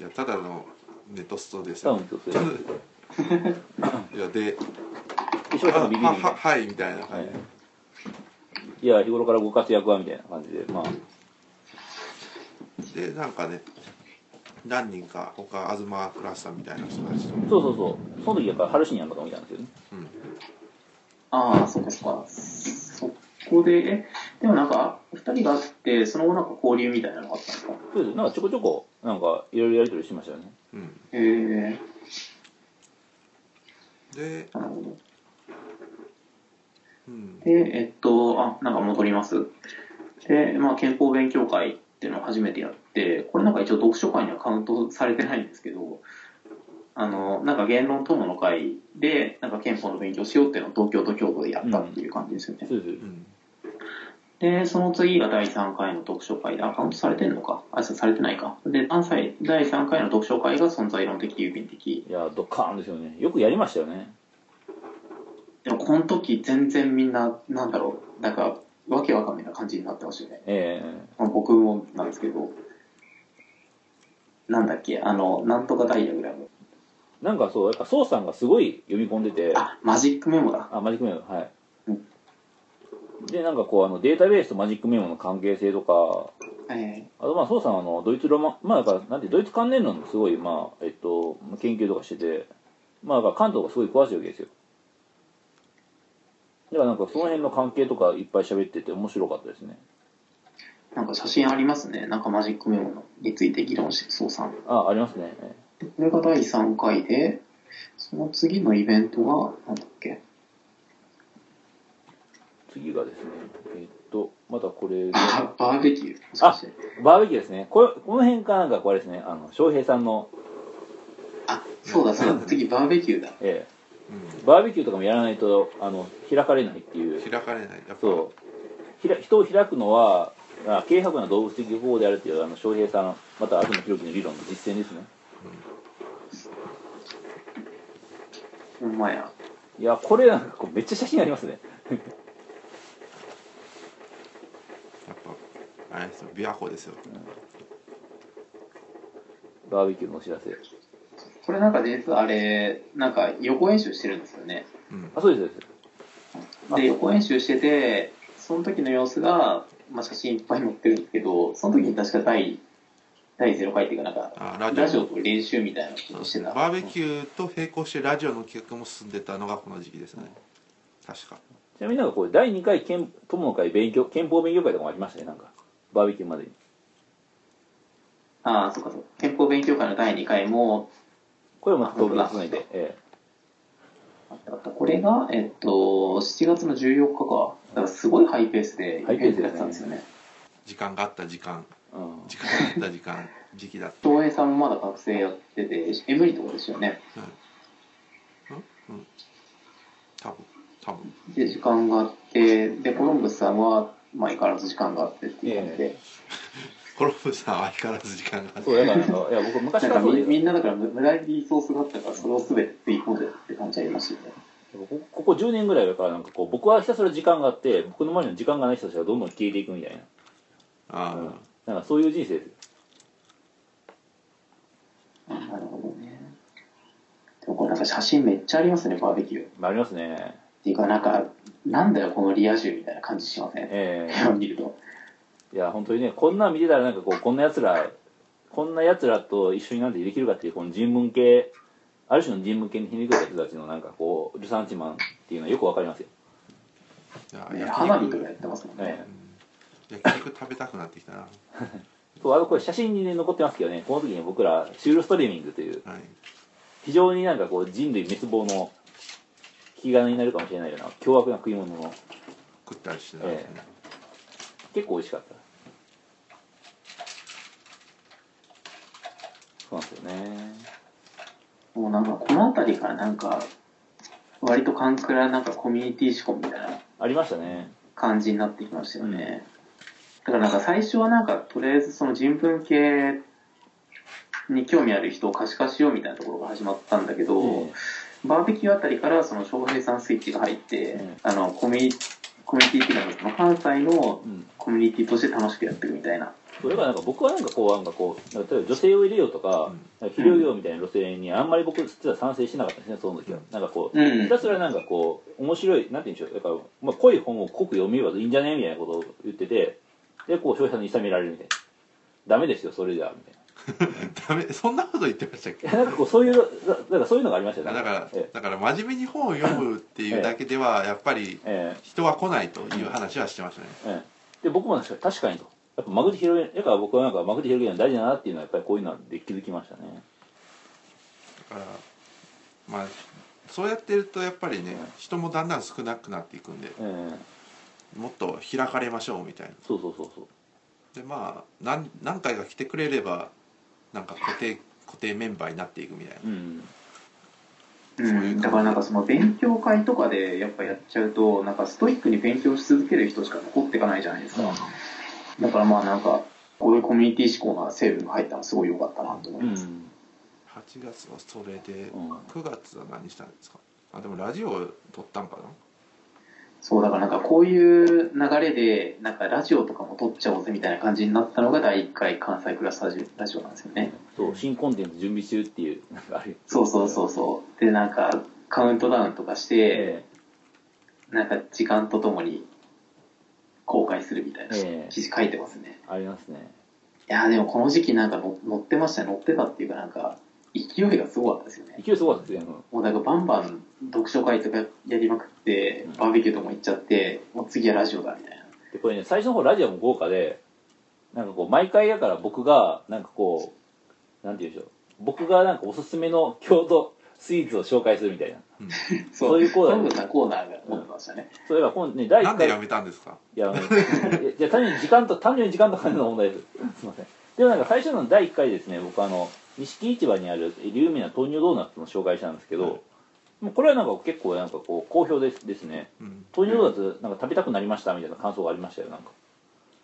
Speaker 2: いやただのネットストです
Speaker 1: な多
Speaker 2: よ
Speaker 1: 分そうですね
Speaker 2: いやで
Speaker 1: で
Speaker 2: 「あ
Speaker 1: 翔平さんがビビる
Speaker 2: は
Speaker 1: みたい
Speaker 2: ははい」みたいな
Speaker 1: な、は
Speaker 2: 感
Speaker 1: い
Speaker 2: じ、、
Speaker 1: いや日頃からご活躍はみたいな感じでまあ
Speaker 2: でなんかね何人か他東クラスさんみたいな人たちと、
Speaker 1: そうそうそうその時やっぱ春市にやんかと思ったんですけどね
Speaker 2: うん、
Speaker 3: ああそっかそっかそこでえでもなんか2人が会ってその後なんか交流みたいなのがあったんですか
Speaker 1: そうですなんかちょこちょこなんかいろいろやり取りしてましたよね
Speaker 2: うん、
Speaker 3: へえ
Speaker 2: で、
Speaker 3: なるほど
Speaker 2: うん、
Speaker 3: でえっとあなんか戻りますでまあ憲法勉強会っていうのを初めてやってこれなんか一応読書会にはカウントされてないんですけどあのなんか言論友の会でなんか憲法の勉強しようっていうのを東京と京都でやったっていう感じですよね、
Speaker 1: そうです
Speaker 2: うん、
Speaker 3: で、その次が第3回の読書会で、あカウントされてんのかあ、そうされてないか。で、関西第3回の読書会が存在論的、郵便
Speaker 1: い
Speaker 3: 的。
Speaker 1: やドカーンですよねよくやりましたよね
Speaker 3: でも、この時全然みんな、なんだろう、なんか、わけわかんないな感じになってましたよね。
Speaker 1: え
Speaker 3: まあ、僕もなんですけど、なんだっけ、あの、なんとかダイヤグラ
Speaker 1: え
Speaker 3: ム。
Speaker 1: なんかそうやっぱ宋さんがすごい読み込んでて
Speaker 3: あ、マジックメモだ。
Speaker 1: あマジックメモはい、
Speaker 3: うん
Speaker 1: でなんかこうあのデータベースとマジックメモの関係性とか
Speaker 3: え
Speaker 1: あとまあ宋さんはあのドイツロマンまあだからなんてドイツ関連論のすごいまあえっと研究とかしててまあだから関東がすごい詳しいわけですよだからなんかその辺の関係とかいっぱい喋ってて面白かったですね
Speaker 3: ーなんか写真ありますね。なんかマジックメモについて議論してる、そうさん。
Speaker 1: あありますねえ
Speaker 3: でこれが第3回で、その次のイベントが、なんだっけ、
Speaker 1: え次がですねえっとまたこれ
Speaker 3: あバーベキュー。もしかして
Speaker 1: バーベキューですね。これこの辺かなんかこれですね。あの翔平さんの、
Speaker 3: あ、そうだそうだ、次バーベキューだ。
Speaker 1: え
Speaker 2: う、。
Speaker 1: えバーベキューとかもやらないとあの開かれないっていうん
Speaker 2: 開かれないやっぱ
Speaker 1: そう。ひら人を開くのはあ軽薄な動物的方法であるっていうあの翔平さんまた東博樹の理論の実践ですね。
Speaker 3: ほんまや。
Speaker 1: いやこれなんかこうめっちゃ写真ありますね。
Speaker 2: やっぱあれですよ琵琶湖ですよ
Speaker 1: バーベキューのお知らせ。
Speaker 3: これなんか実はあれ、なんか予行演習してるんですよね。
Speaker 2: うん
Speaker 1: あそうですそうです。あ
Speaker 3: で、予行演習してて、その時の様子が、まあ、写真いっぱい載ってるんですけど、その時に確か第、第0回っていうか、なんか、
Speaker 2: あラジオ
Speaker 3: ラジオと練習みたいなことをしてた。
Speaker 2: バーベキューと並行してラジオの企画も進んでたのがこの時期ですね確か
Speaker 1: ちなみになんかこれ第2回憲友の会勉強憲法勉強会とかもありましたねなんかバーベキューまでに。
Speaker 3: ああ、そうかそう。憲法勉強会の第2回も、
Speaker 1: これも東京つないで。え
Speaker 3: あったあったこれが、えっと、7月の14日か。だからすごいハイペースで、イベントやってたんですよね。
Speaker 2: 時間があった時間
Speaker 1: えうん。
Speaker 2: 時間があった時間時期だった
Speaker 3: 東平さんもまだ学生やってて、エムリとかですよね。
Speaker 2: うんうん多分多分
Speaker 3: で、時間があって、で、コロンブスさんは、まあ、相変わらず時間があってっていう感じで、
Speaker 2: コロンブスさんは相変わらず時間があっ
Speaker 1: そう
Speaker 2: て
Speaker 1: だからなんかいや僕昔
Speaker 3: なん
Speaker 1: か
Speaker 3: から
Speaker 1: そう
Speaker 3: み
Speaker 1: で
Speaker 3: みんなだから無無駄にリソースがあったから、それを全て吸い込んでって感じありましたよね。
Speaker 1: ここここ10年ぐらいだからなんかこう僕はひたすら時間があって僕の周りの時間がない人たちがどんどん消えていくみたいな
Speaker 2: ああ
Speaker 1: なんかそういう人生です
Speaker 3: なるほどね。でもこれなんか写真めっちゃありますね、バーベキュー。っ
Speaker 1: ありますね。
Speaker 3: ていうか、なんか、なんだよ、このリア充みたいな感じしません、
Speaker 1: ええ
Speaker 3: 見ると。
Speaker 1: いや本当にねこんなん見てたらなんかこうこんなやつらこんなやつらと一緒になんてできるかっていうこの人文系ある種の人文系にひねくれた人たちのなんかこうルサンチマンっていうのはよくわかりますよ、
Speaker 2: や
Speaker 3: ね
Speaker 2: 焼
Speaker 3: 花火と
Speaker 2: 肉
Speaker 3: かやってますもん
Speaker 1: え
Speaker 3: ね。
Speaker 1: え
Speaker 2: 焼肉食べたくなってきたな、は
Speaker 1: そうあのこれ写真にね残ってますけどねこの時に僕らシュールストリーミングという
Speaker 2: い、
Speaker 1: 非常になんかこう人類滅亡の引き金になるかもしれないような凶悪な食い物の
Speaker 2: 食ったりしてたんですね、
Speaker 1: 結構美味しかったそうなんですよね
Speaker 3: もうなんか、この辺りからなんか、割と勘づらなんかコミュニティ思考みたいな
Speaker 1: ありましたね
Speaker 3: 感じになってきましたよね。だからなんか最初はなんか、とりあえずその人文系に興味ある人を可視化しようみたいなところが始まったんだけど、
Speaker 1: え
Speaker 3: バーベキューあたりからその翔平さんスイッチが入って、
Speaker 1: うん
Speaker 3: あのコミュニコミュニティっていうかその関西の
Speaker 1: えうん
Speaker 3: コミュニティとして楽しくやっていくみたいな。
Speaker 1: それがなんか僕はなんかこうなんかこうなんか例えば女性を入れようとか,、
Speaker 2: うん
Speaker 1: なんか肥料業みたいな路線にあんまり僕実は賛成してなかったんですねその時はなんかこう、
Speaker 3: うん
Speaker 1: ひたすらなんかこう面白いなんて言うんでしょうだから、まあ、濃い本を濃く読みればいいんじゃねみたいなことを言っててでこう消費者にいさめられるみたいなダメですよそれじゃみたいな
Speaker 2: ダメそんなこと言ってましたっけ
Speaker 1: いや なんかこうそういうななんかそういうのがありましたよ
Speaker 2: だ
Speaker 1: ね
Speaker 2: から
Speaker 1: え
Speaker 2: だから真面目に本を読むっていうだけではやっぱり
Speaker 1: ええ
Speaker 2: 人は来ないという話はしてましたね、
Speaker 1: えええで僕も確かに確かにとやっぱ間口広げだから僕はなんか間口広げるの大事だなっていうのはやっぱりこういうので気づきましたね
Speaker 2: だからまあそうやってるとやっぱりね人もだんだん少なくなっていくんで
Speaker 1: ええ
Speaker 2: もっと開かれましょうみたいな
Speaker 1: そうそうそうそう
Speaker 2: でまあ何何回か来てくれればなんか固定固定メンバーになっていくみたいな
Speaker 1: うん
Speaker 3: うん、だからなんかその勉強会とかでやっぱやっちゃうとなんかストイックに勉強し続ける人しか残っていかないじゃないですか、だからまあなんかこういうコミュニティ思考が成分が入ったのはすごい良かったなと思
Speaker 1: う
Speaker 3: います、
Speaker 1: ん
Speaker 2: 8月はそれで
Speaker 1: うん
Speaker 2: 9月は何したんですかあでもラジオを撮ったんかな
Speaker 3: そうだからなんかこういう流れでなんかラジオとかも撮っちゃおうぜみたいな感じになったのが第1回関西クラスタジオラジオなんですよね
Speaker 1: そう新コンテンツ準備中っていうなんかあれ
Speaker 3: そうそうそうそうでなんかカウントダウンとかして、
Speaker 1: え
Speaker 3: なんか時間とともに公開するみたいな
Speaker 1: ええ
Speaker 3: 記事書いてますね、
Speaker 1: ありますね
Speaker 3: いやーでもこの時期なんかの乗ってましたね乗ってたっていうかなんか勢いがすごかったですよね
Speaker 1: 勢いすごかったですね
Speaker 3: もうなんかバンバン読書会とかやりまくって
Speaker 1: うん
Speaker 3: バーベキューとかも行っちゃってもう次はラジオだみたいな
Speaker 1: でこれね最初の方ラジオも豪華でなんかこう毎回だから僕がなんかこうなんて言うんでしょう僕がなんかおすすめの郷土スイーツを紹介するみたいなそういうコーナー
Speaker 3: どんどんなコーナーが持ってましたね、
Speaker 1: それが今ね第
Speaker 2: な
Speaker 1: 1
Speaker 2: んで
Speaker 1: 回
Speaker 2: やめたんですか
Speaker 1: いや、あのいやいや単純に時間と、単純に時間と金の問題です。すいません。でもなんか最初の第1回ですね、僕あの、錦市場にあるリューミナ豆乳ドーナツの紹介したんですけど、
Speaker 2: はい
Speaker 1: もうこれはなんか結構なんかこう、好評ですですね。
Speaker 2: うん
Speaker 1: 豆乳ドーナツなんか食べたくなりましたみたいな感想がありましたよ、なんか。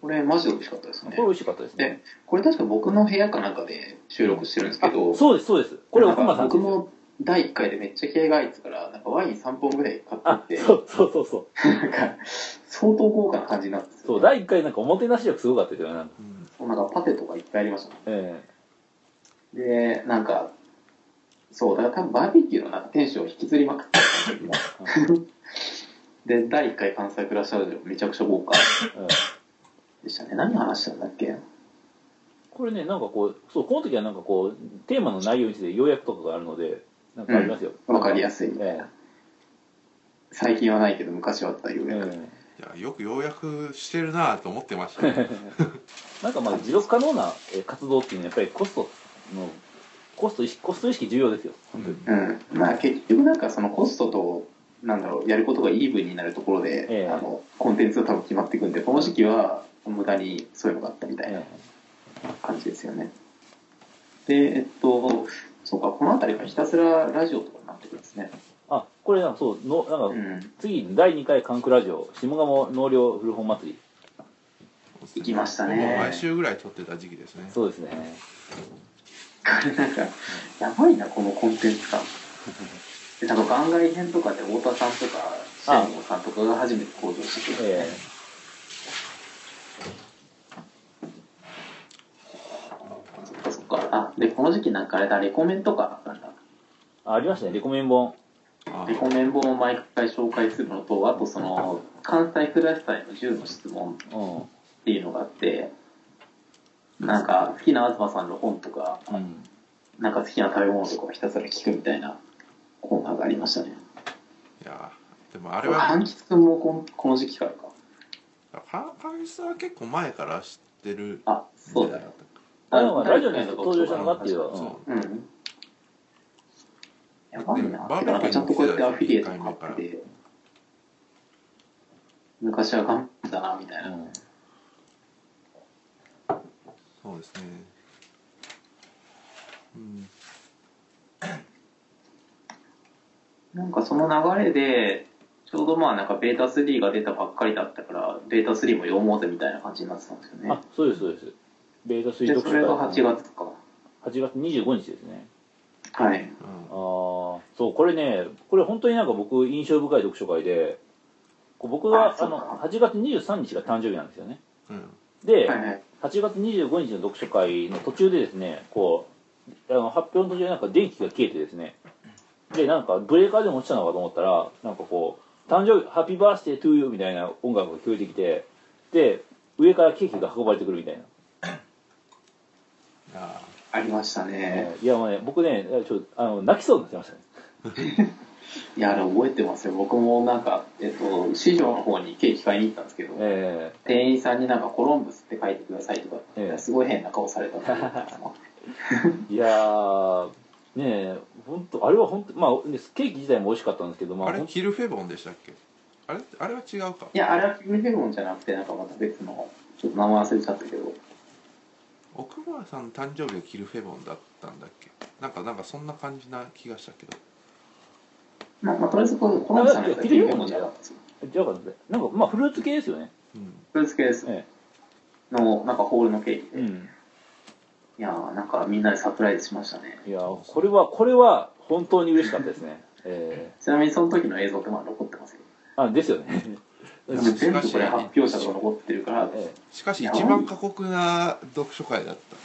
Speaker 3: これマジで美味しかったです
Speaker 1: こ
Speaker 3: ね
Speaker 1: れ美味しかったです
Speaker 3: で
Speaker 1: ね。
Speaker 3: これ確か僕の部屋かなんかで収録してるんですけど
Speaker 1: そうです、そうです。これ奥間さ
Speaker 3: なんんか
Speaker 1: で
Speaker 3: 僕
Speaker 1: すよ。
Speaker 3: も第1回でめっちゃ気合が入ってたからなんかワイン3本ぐらい買
Speaker 1: あ
Speaker 3: っ、て
Speaker 1: そうそうそうそう。
Speaker 3: てなんか相当豪華な感じになってた
Speaker 1: そう、第1回なんかおもてなし力すごかったですよね、なんか。
Speaker 2: うん
Speaker 3: なんかパテとかいっぱいありましたね
Speaker 1: え
Speaker 3: で、なんか、そう、だから多分バーベキューのなんかテンションを引きずりまくってたんだけどで、第1回関西クラッシャーでめちゃくちゃ豪華
Speaker 1: えええ
Speaker 3: でしたね。何の話したんだっけ
Speaker 1: これね、なんかこう、そう、この時はなんかこう、テーマの内容について要約とかがあるので、なんかありますよ。
Speaker 3: わかりやすい。
Speaker 1: え
Speaker 3: 最近はないけど昔はあったよ
Speaker 1: え
Speaker 3: うやく。
Speaker 1: ええ
Speaker 2: いやよく要約してるなぁと思ってましたね
Speaker 1: なんかまあ持続可能なえー活動っていうのはやっぱりコストのコスト意識コスト意識重要ですよ本当に、
Speaker 3: うん。まあ結局なんかそのコストと、なんだろう、やることがイーブンになるところで、
Speaker 1: ええ
Speaker 3: あの、コンテンツが多分決まっていくんで、この時期は無駄にそういうのがあったみたいな。
Speaker 1: え
Speaker 3: 感じですよね。で、えっと、そうか、この辺りがひたすらラジオとかになってくるんですね。
Speaker 1: えあこれなんかそうのなんか、
Speaker 3: うん。
Speaker 1: 次第2回関クラジオ下鴨納涼古本祭り
Speaker 3: 行きましたね
Speaker 2: ほぼ毎週ぐらい撮ってた時期ですね
Speaker 1: そうですね
Speaker 3: これなんか、やばいな、このコンテンツ感。で、なんか番外編とかで太田さんとか、
Speaker 1: あ
Speaker 3: 慎吾さんとかが初めて登場してくる。
Speaker 1: え
Speaker 3: そっかそっか。あ、で、この時期なんかあれだ、レコメンとかあったんだ。
Speaker 1: あありましたねレコメン本
Speaker 2: あ
Speaker 3: レコメン本を毎回紹介するのと、あとその、関西クラス祭の10の質問
Speaker 1: うん
Speaker 3: っていうのがあって、なんか好きな東さんの本とか、
Speaker 1: うん
Speaker 3: なんか好きな食べ物とかをひたすら聞くみたいなコーナーがありましたね。
Speaker 2: いやでもあ
Speaker 3: あ
Speaker 2: れ
Speaker 3: れは
Speaker 2: は
Speaker 3: 柑橘くんもこのこの時期からか。
Speaker 2: か神さんは結構前から知ってる
Speaker 3: あ、
Speaker 2: み
Speaker 3: そ
Speaker 2: た
Speaker 3: う
Speaker 2: い
Speaker 3: だ
Speaker 2: な
Speaker 3: よ。
Speaker 1: あでもラジオに登場したのがっていう
Speaker 2: そう
Speaker 1: は
Speaker 3: うん。やばい
Speaker 2: で
Speaker 3: な。
Speaker 2: バーベキュー
Speaker 3: だからちゃんとこうやってアフィリエイトも買っ
Speaker 2: 一回
Speaker 3: て、昔は頑張ってたな、みたいな。
Speaker 1: うん
Speaker 2: そうですねうん
Speaker 3: なんかその流れで、ちょうどまあなんかベータ3が出たばっかりだったから、ベータ3も読もうぜみたいな感じになってたんですよ
Speaker 1: あ
Speaker 3: ね。
Speaker 1: そうですそうですベータ水
Speaker 3: で、
Speaker 1: 読
Speaker 3: それが8
Speaker 1: 8
Speaker 3: 月か。
Speaker 1: 月25日ですね
Speaker 3: はい。
Speaker 1: あーそうこれねこれ本当になんか僕印象深い読書会でこう僕は
Speaker 3: あ
Speaker 1: あ
Speaker 3: そう
Speaker 1: の8月23日が誕生日なんですよね
Speaker 2: うん
Speaker 1: で、
Speaker 3: はいはい。
Speaker 1: 8月25日の読書会の途中でですねこうあの発表の途中でなんか電気が消えてですねでなんかブレーカーでも落ちたのかと思ったらなんかこう「誕生日ハッピーバースデートゥーユー」みたいな音楽が聞こえてきてで上からケーキが運ばれてくるみたいな、
Speaker 2: うんあ
Speaker 3: ありましたね。
Speaker 1: いやもうね僕ねちょっとあの泣きそうになってましたね
Speaker 3: いや、あれ覚えてますよ。僕もなんか、えっと、市場の方にケーキ買いに行ったんですけど、
Speaker 1: え
Speaker 3: 店員さんになんかコロンブスって書いてくださいとかって
Speaker 1: え
Speaker 3: 言った
Speaker 1: え
Speaker 3: ら、すごい変な顔されたんで すよ
Speaker 1: ーいやーねえ本当あれは本当まあねケーキ自体も美味しかったんですけどまあ
Speaker 2: あれ
Speaker 1: ほん
Speaker 2: キルフェボンでしたっけあれあれは違うか
Speaker 3: いや、あれはキム・フェゴンじゃなくて、なんかまた別の、ちょっと名前忘れちゃったけど、
Speaker 2: 奥村さんの誕生日がキルフェボンだったんだっけなんかなんかそんな感じな気がしたけど
Speaker 3: まあ、まあ、とりあえずこうコロンブスさんのやつはキム・フェゴンじゃなかったですよ。
Speaker 1: じゃあなんかまあフルーツ系ですよね
Speaker 2: うん
Speaker 3: フルーツ系です。
Speaker 1: え
Speaker 3: の、なんかホールのケーキ
Speaker 1: え
Speaker 3: で。
Speaker 1: う
Speaker 3: い
Speaker 1: ん
Speaker 3: やー、なんかみんなでサプライズしましたね。
Speaker 1: いやーこれはこれは本当に嬉しかったですね。 え
Speaker 3: ちなみにその時の映像ってまあ残ってますよ。
Speaker 1: ー、あですよね。え
Speaker 2: ん
Speaker 3: 全部これ発表者が残ってるから、
Speaker 1: え
Speaker 2: しかし一番過酷な読書会だった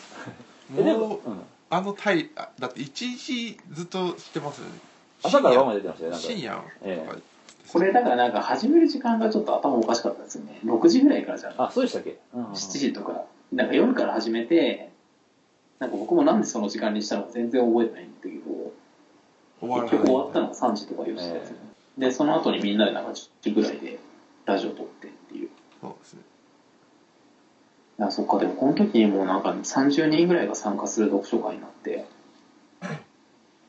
Speaker 1: えで
Speaker 2: も
Speaker 1: も
Speaker 2: う、
Speaker 1: うん、
Speaker 2: あのタイあだって一日ずっとしてますよね
Speaker 1: 朝から晩まで出てましたね。なんか
Speaker 2: 深夜
Speaker 1: え
Speaker 2: とか
Speaker 3: これだからなんか始める時間がちょっと頭おかしかったですよね。6時ぐらいからじゃん。
Speaker 1: あそうでしたっけ？うんうん
Speaker 3: 7時とか。なんか夜から始めて、なんか僕もなんでその時間にしたのか全然覚えてないんだけど、
Speaker 2: 終わら
Speaker 3: 結
Speaker 2: ない
Speaker 3: 局終わったのが3時とか4時ですよね。で、その後にみんなでなんか10時ぐらいでラジオ撮ってっていう。
Speaker 2: そうですね
Speaker 3: あそっかでもこの時にもうなんか30人ぐらいが参加する読書会になって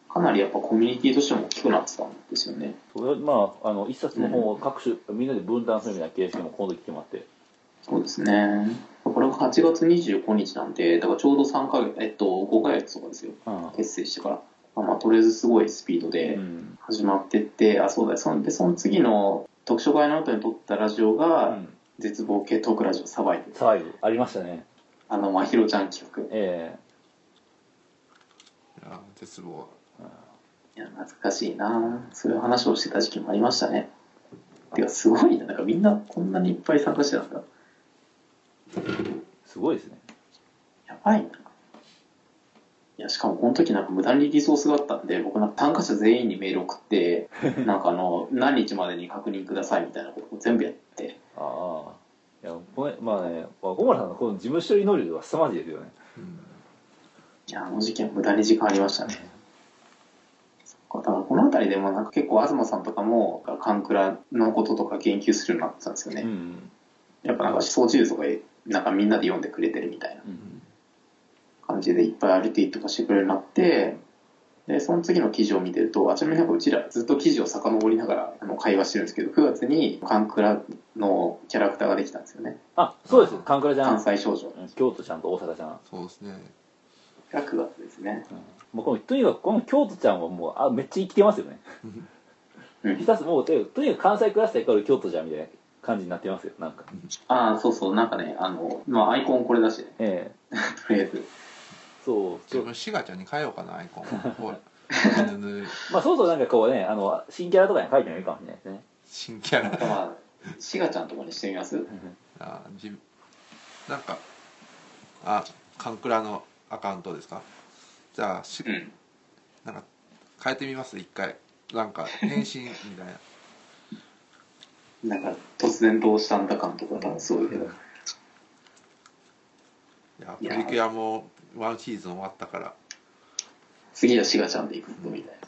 Speaker 3: かなりやっぱコミュニティとしても大きくなってたんですよね
Speaker 1: それはまああの一冊の本を各種、みんなで分担するみたいな形式も今度来てもらって。
Speaker 3: そうですねこれが8月25日なんでだからちょうど3ヶ月えっと5ヶ月とかですよ
Speaker 1: う
Speaker 3: 結成してから、まあ、まあとりあえずすごいスピード
Speaker 1: ん。う
Speaker 3: で
Speaker 1: ん。
Speaker 3: 始まってって、あそうだそのでその次の読書会の後に撮ったラジオ
Speaker 1: う
Speaker 3: が
Speaker 1: ん。
Speaker 3: 「絶望系トークラジオサバイブ
Speaker 1: サイブありましたね。」
Speaker 3: あのまひろちゃん企画
Speaker 1: え
Speaker 2: いや絶望
Speaker 3: いや、懐かしいなそういう話をしてた時期もありましたね。てか、すごいな。なんかみんなこんなにいっぱい参加してたんだ。
Speaker 1: ー、すごいですね。
Speaker 3: やばいな。いや、しかもこの時なんか無駄にリソースがあったんで、僕なんか参加者全員にメール送って、なんかあの、何日までに確認くださいみたいなことを全部やって。
Speaker 1: ああ。いやごめんまあね、まあ、小村さんのこの事務処理能力は凄まじいですよね。
Speaker 2: うん
Speaker 3: いや、あの事件は無駄に時間ありましたね。だからこの辺りでもなんか結構東さんとかも、カンクラのこととか言及するようになってたんですよね。
Speaker 1: うん。
Speaker 3: やっぱなんか思想自由とかなんかみんなで読んでくれてるみたいな
Speaker 1: うん。
Speaker 3: 感じでいっぱい歩いていとかしてくれるようになってでその次の記事を見てるとあちなみになんかうちらずっと記事を遡りながらあの会話してるんですけど9月にカンクラのキャラクターができたんですよね
Speaker 1: あそうです。カンクラちゃ
Speaker 3: 関
Speaker 1: ん、
Speaker 3: 西少女
Speaker 1: 京都ちゃんと大阪ちゃん。
Speaker 2: そうですね
Speaker 3: が9月ですね
Speaker 1: もうこのとにかくこの京都ちゃんはもうあめっちゃ生きてますよね
Speaker 3: うん
Speaker 1: ひたすらもうとにかくとにかく関西クラスターイコール京都じゃんみたいな感じになってますよなんか
Speaker 3: ああそうそうなんかねあの、まあ、アイコンこれだしね
Speaker 1: ええ
Speaker 3: とりあえず
Speaker 1: そうそ
Speaker 2: 自
Speaker 1: う
Speaker 2: 分シガちゃんに変えようかなアイコンほらぬぬぬ
Speaker 1: まあそうそうなんかこうねあの新キャラとかに書いてもいいかもしれないですね
Speaker 2: 新キャラ
Speaker 3: なんかまあシガちゃんとかにしてみます
Speaker 2: あ自分なんかあカンクラのアカウントですかじゃあし
Speaker 3: うん。
Speaker 2: なんか変えてみます一回なんか返信みたい な
Speaker 3: なんか、突然どうしたんだ感とか多分すごいけど。
Speaker 2: いやプリキュアもワンシーズン終わったから
Speaker 3: 次はシガちゃんで行くとみたいな。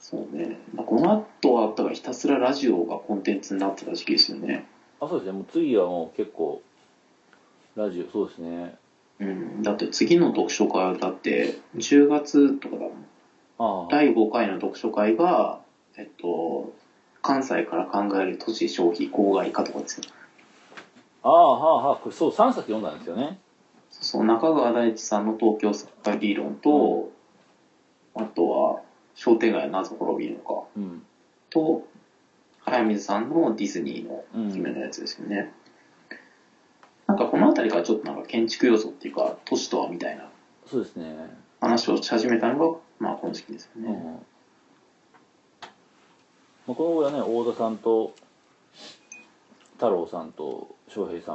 Speaker 3: そうね。まあ、この後は、だからひたすらラジオがコンテンツになってた時期ですよね。
Speaker 1: あそうですねもう次はもう結構ラジオそうですね
Speaker 3: うん。だって次の読書会はだって、10月とかだもん。
Speaker 1: ああ
Speaker 3: 第5回の読書会が、えっと、関西から考える都市消費郊外化とかですよ。
Speaker 1: ああはあはあこれそう3冊読んだんですよね
Speaker 3: そう、中川大地さんの東京サッカー理論と、あとは、商店街の謎滅びるのか、
Speaker 1: うん
Speaker 3: と、早水さんのディズニーの
Speaker 1: うん
Speaker 3: 姫のやつですよね。なんかこの辺りからちょっとなんか建築要素っていうか、都市とはみたいな
Speaker 1: そうですね、
Speaker 3: 話をし始めたのが、まあこの時期ですよ
Speaker 1: うん
Speaker 3: ね。
Speaker 1: まあ、この頃はね大田さんと太郎さんと翔平さ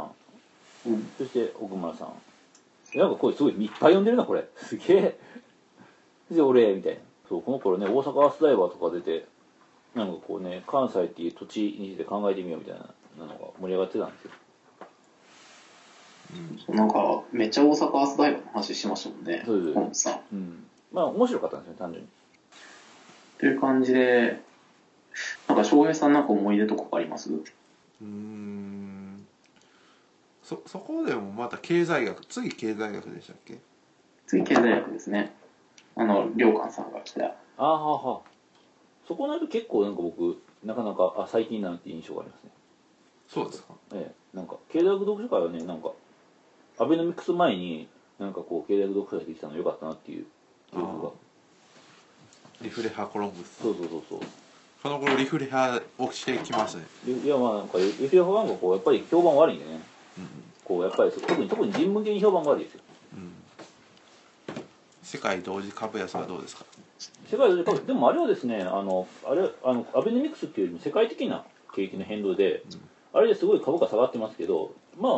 Speaker 1: ん
Speaker 3: うん。
Speaker 1: そして奥村さんいやなんかこれすごいいっぱい呼んでるなこれすげえで俺みたいなそうこの頃ね大阪アースダイバーとか出てなんかこうね関西っていう土地について考えてみようみたいなのが盛り上がってたんですよ
Speaker 2: うん
Speaker 3: そうなんか、めっちゃ大阪アースダイバーの話してましたもんね。
Speaker 1: そうです
Speaker 3: 本本さん。
Speaker 1: うんまあ面白かったんですよね単純に
Speaker 3: という感じで、なんか翔平さんなんか思い出とかあります
Speaker 2: うーんそそこでもまた経済学次経済学でしたっけ
Speaker 3: 次経済学ですねあの良寛さんが来た
Speaker 1: ああはあはあそこになると結構なんか僕なかなかあ最近なんて印象がありますね
Speaker 2: そうですか
Speaker 1: ええ、なんか経済学読書会はねなんかアベノミクス前になんかこう経済学読書会できたの良かったなっていう記憶が
Speaker 2: あリフレハコロンブス
Speaker 1: そうそうそうそう
Speaker 2: この頃リフレハをしてきますね、
Speaker 1: いやまあなんか吉田保安がこうやっぱり評判悪いんでね
Speaker 2: うん
Speaker 1: こうやっぱり特に特に人文系に評判悪いですよ
Speaker 2: うんうん、世界同時株安はどうですか
Speaker 1: 世界で多分でもあれはですねあのあれあのアベノミクスっていうよりも世界的な景気の変動で、あれですごい株価下がってますけどまあ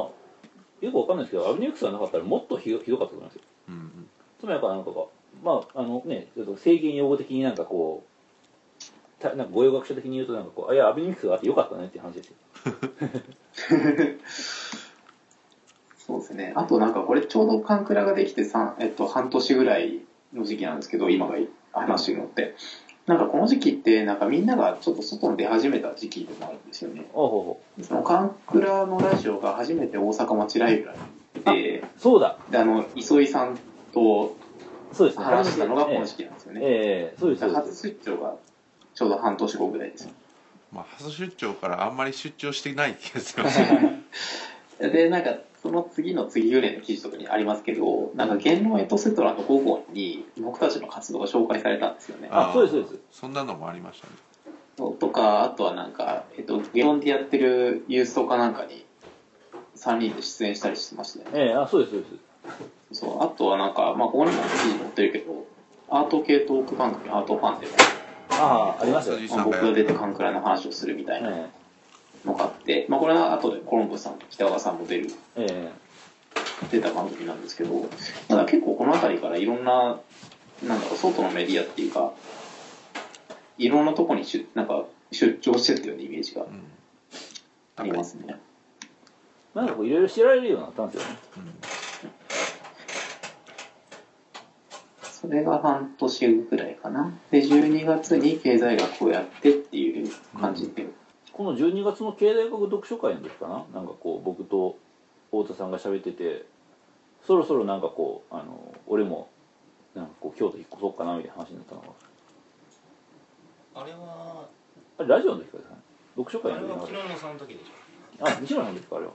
Speaker 1: よくわかんないですけどアベノミクスがなかったらもっとひどひどかったと思いますよ
Speaker 2: うんうん
Speaker 1: つまりやっぱなんかまああのねちょっと制限用語的になんかこうたなんか語用学者的に言うとなんかこうあいやアベノミクスがあってよかったねっていう話ですよ
Speaker 3: そうですねあとなんかこれちょうどカンクラができて、さんえっと、半年ぐらいの時期なんですけど今が話してるのってなんかこの時期ってなんかみんながちょっと外に出始めた時期でもあるんですよね
Speaker 1: あほうほ
Speaker 3: そのカンクラのラジオが初めて大阪町ライブラリーで
Speaker 1: うそうだ
Speaker 3: であの磯井さんと
Speaker 1: そうですね
Speaker 3: 話したのがこの
Speaker 1: え
Speaker 3: 時期なんですよ
Speaker 1: え
Speaker 3: ね
Speaker 1: ええそうですそうです
Speaker 3: 初出張がちょうど半年後ぐらいです
Speaker 2: まあ初出張からあんまり出張してない気 がしますね
Speaker 3: でなんかその次の次ぐらいの記事とかにありますけどなんか言論エトセトラの午後に僕たちの活動が紹介されたんですよね
Speaker 1: あそうですそうです
Speaker 2: そんなのもありましたね
Speaker 3: とかあとはなんか、えっと、言論でやってるユーストかなんかに3人で出演したりしてましたね
Speaker 1: ええあそうですそうです
Speaker 3: そうあとはなんか、まあ、ここにも記事載ってるけどアート系トーク番組アートファンでも、
Speaker 1: ああありましたよ
Speaker 2: 辻
Speaker 1: ね、
Speaker 2: さん
Speaker 3: 僕
Speaker 2: が
Speaker 3: が出てカンクラの話をするみたいな
Speaker 1: え
Speaker 3: のがあって、まあ、これは後でコロンボさんと北川さんも出る
Speaker 1: ええ
Speaker 3: 出た番組なんですけど、ただ結構この辺りからいろんな、なんだろう、外のメディアっていうか、いろんなとこに出なんか出張してったようなイメージが
Speaker 2: うん
Speaker 3: ありますね。
Speaker 1: えなんかこういろいろ知られるようになったんですよね
Speaker 3: それが半年ぐらいかな。で、12月に経済学をやってっていう感じで、
Speaker 1: この12月の経済学読書会の時かななんかこう僕と太田さんが喋っててそろそろなんかこうあの俺もなんかこう京都引っ越そうかなみたいな話になったのが
Speaker 4: あれは、
Speaker 1: あれラジオの時からですね読書
Speaker 4: あれ
Speaker 1: 会の
Speaker 4: は
Speaker 1: 時
Speaker 4: 昨
Speaker 1: か
Speaker 4: 日のさんの時でしょ。
Speaker 1: あ西村の時かあれは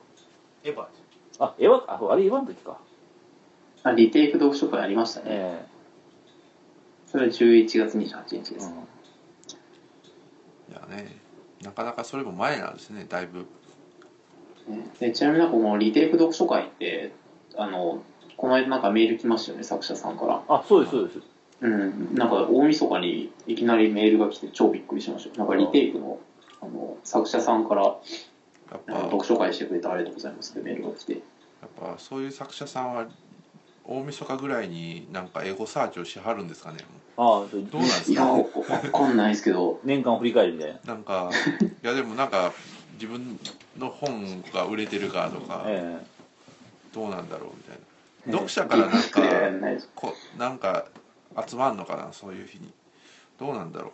Speaker 4: エヴァです。
Speaker 1: あエヴァあそうあれエヴァの時か
Speaker 3: あリテイク読書会ありましたね。
Speaker 1: え
Speaker 3: それは11月28日
Speaker 1: え
Speaker 3: です。
Speaker 2: いやねなかなかそれも前なんですねだいぶ
Speaker 3: ねでちなみになんかこのリテイク読書会って、あの、この間なんかメール来ましたよね、作者さんから。
Speaker 1: あそうですそうです
Speaker 3: うん、なんか大晦日にいきなりメールが来て超びっくりしました。なんかリテイクのあの作者さんから
Speaker 2: やっぱ
Speaker 3: あの
Speaker 2: やっ
Speaker 3: 読書会してくれてありがとうございますってメールが来て。
Speaker 2: ぱそういう作者さんは大晦日ぐらいになんかエゴサーチをしはるんですかね
Speaker 1: ああそれ
Speaker 2: どうなんです
Speaker 3: いや、
Speaker 2: か
Speaker 3: わかんないですけど、
Speaker 1: 年間を振り返るみたいな
Speaker 2: なんかいやでもなんか自分の本が売れてるかとか
Speaker 1: え
Speaker 2: どうなんだろうみたい
Speaker 1: え
Speaker 2: な読者からなん
Speaker 3: いやいや
Speaker 2: か
Speaker 3: ないです
Speaker 2: こなんか集まんのかなそういう日にどうなんだろ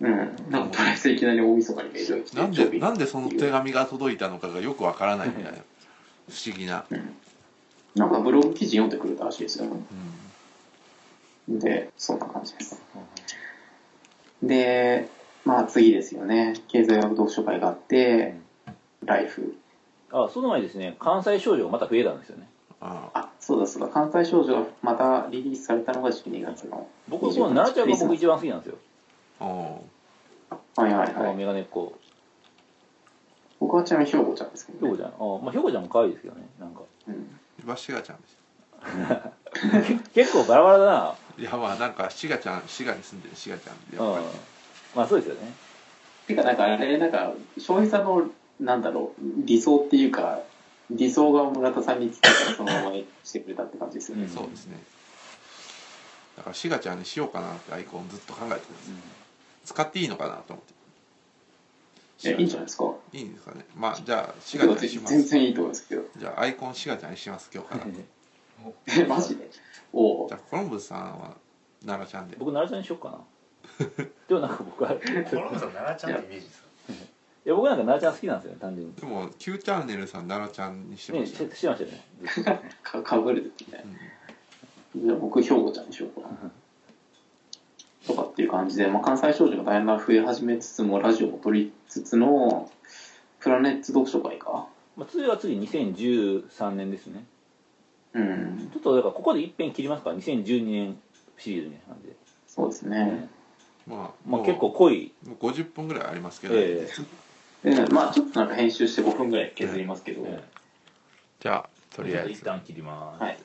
Speaker 3: うん。なんか、とりあえずいきなり大晦日にメールが来
Speaker 2: う
Speaker 3: て、
Speaker 2: なん
Speaker 3: ちょび
Speaker 2: でなんでその手紙が届いたのかがよくわからないみたいな不思議な、うん
Speaker 3: なんかブログ記事読んでくれたらしいですよ。で、そんな感じです。で、まあ次ですよね。経済学読書会があって、ライフ。
Speaker 1: えあその前にですね関西少女がまた増えたんですよね
Speaker 2: ああ
Speaker 3: あ、そうだそうだ。関西少女がまたリリースされたのが12月の。
Speaker 1: 僕この奈々ちゃんが僕一番好きなんですよ
Speaker 2: お
Speaker 3: はいはい
Speaker 1: こ
Speaker 3: は
Speaker 1: の
Speaker 3: い。
Speaker 1: メガネっ子
Speaker 3: 僕はちなみにひょうこちゃんですけ
Speaker 1: ひょ
Speaker 3: ど
Speaker 1: うこ
Speaker 3: ね。
Speaker 1: ちゃんあまあひょうこちゃんも可愛いですけどねなんか
Speaker 3: うん。
Speaker 2: ーばしがちゃんです
Speaker 1: 結構バラバラだない
Speaker 2: やまあなんかしがちゃん滋賀に住んでるしがちゃんで
Speaker 1: う
Speaker 2: やっぱ
Speaker 1: ん
Speaker 2: り
Speaker 1: まあそうですよね
Speaker 3: てかなんかあれ、なんか、翔平さんの、なんだろう、理想っていうか、理想が村田さんに伝えたらそのままにしてくれたって感じですよね。
Speaker 1: うん
Speaker 2: そうですねだからしがちゃんにしようかなってアイコンずっと考えてるんです使っていいのかなと思って
Speaker 3: いやいいんじゃないですか。
Speaker 2: いいんですかねまあじゃあしがちゃんにしま
Speaker 3: 全
Speaker 2: す
Speaker 3: 然いいと思いますけど。
Speaker 2: じゃあアイコンしがちゃんにします今日からじ
Speaker 3: え、マジでおお
Speaker 2: ゃあコロンブスさんは奈良ちゃんで
Speaker 1: 僕奈々ちゃんにしよっかなでもなんか僕はい
Speaker 4: コロンブさん奈良ちゃんってイメージですか
Speaker 1: や僕なんか奈々ちゃん好きなんですよね単純に
Speaker 2: でも Q チャンネルさん奈良ちゃんにしてま
Speaker 1: ね
Speaker 2: し
Speaker 1: したて
Speaker 2: ね
Speaker 1: ましたよねずっと
Speaker 3: かかぶれててね。
Speaker 2: うん
Speaker 3: じゃあ僕、兵庫ちゃんにしようかな。とかっていう感じで、まあ、関西少女がだんだん増え始めつつも、ラジオも取りつつの、プラネッツ読書会か。
Speaker 1: まあ次は次2013年ですね
Speaker 3: うん、
Speaker 1: ちょっとだからここで一遍切りますから2012年シリーズみたいな感じで、
Speaker 3: そうですね。
Speaker 2: まあ
Speaker 1: まあ、
Speaker 2: もう
Speaker 1: 結構濃い、
Speaker 2: もう50分ぐらいありますけど、
Speaker 1: え
Speaker 3: で、まあちょっとなんか編集して5分ぐらい削りますけど、
Speaker 1: えええ
Speaker 2: じゃあとりあえず
Speaker 1: 一旦切ります
Speaker 3: はい。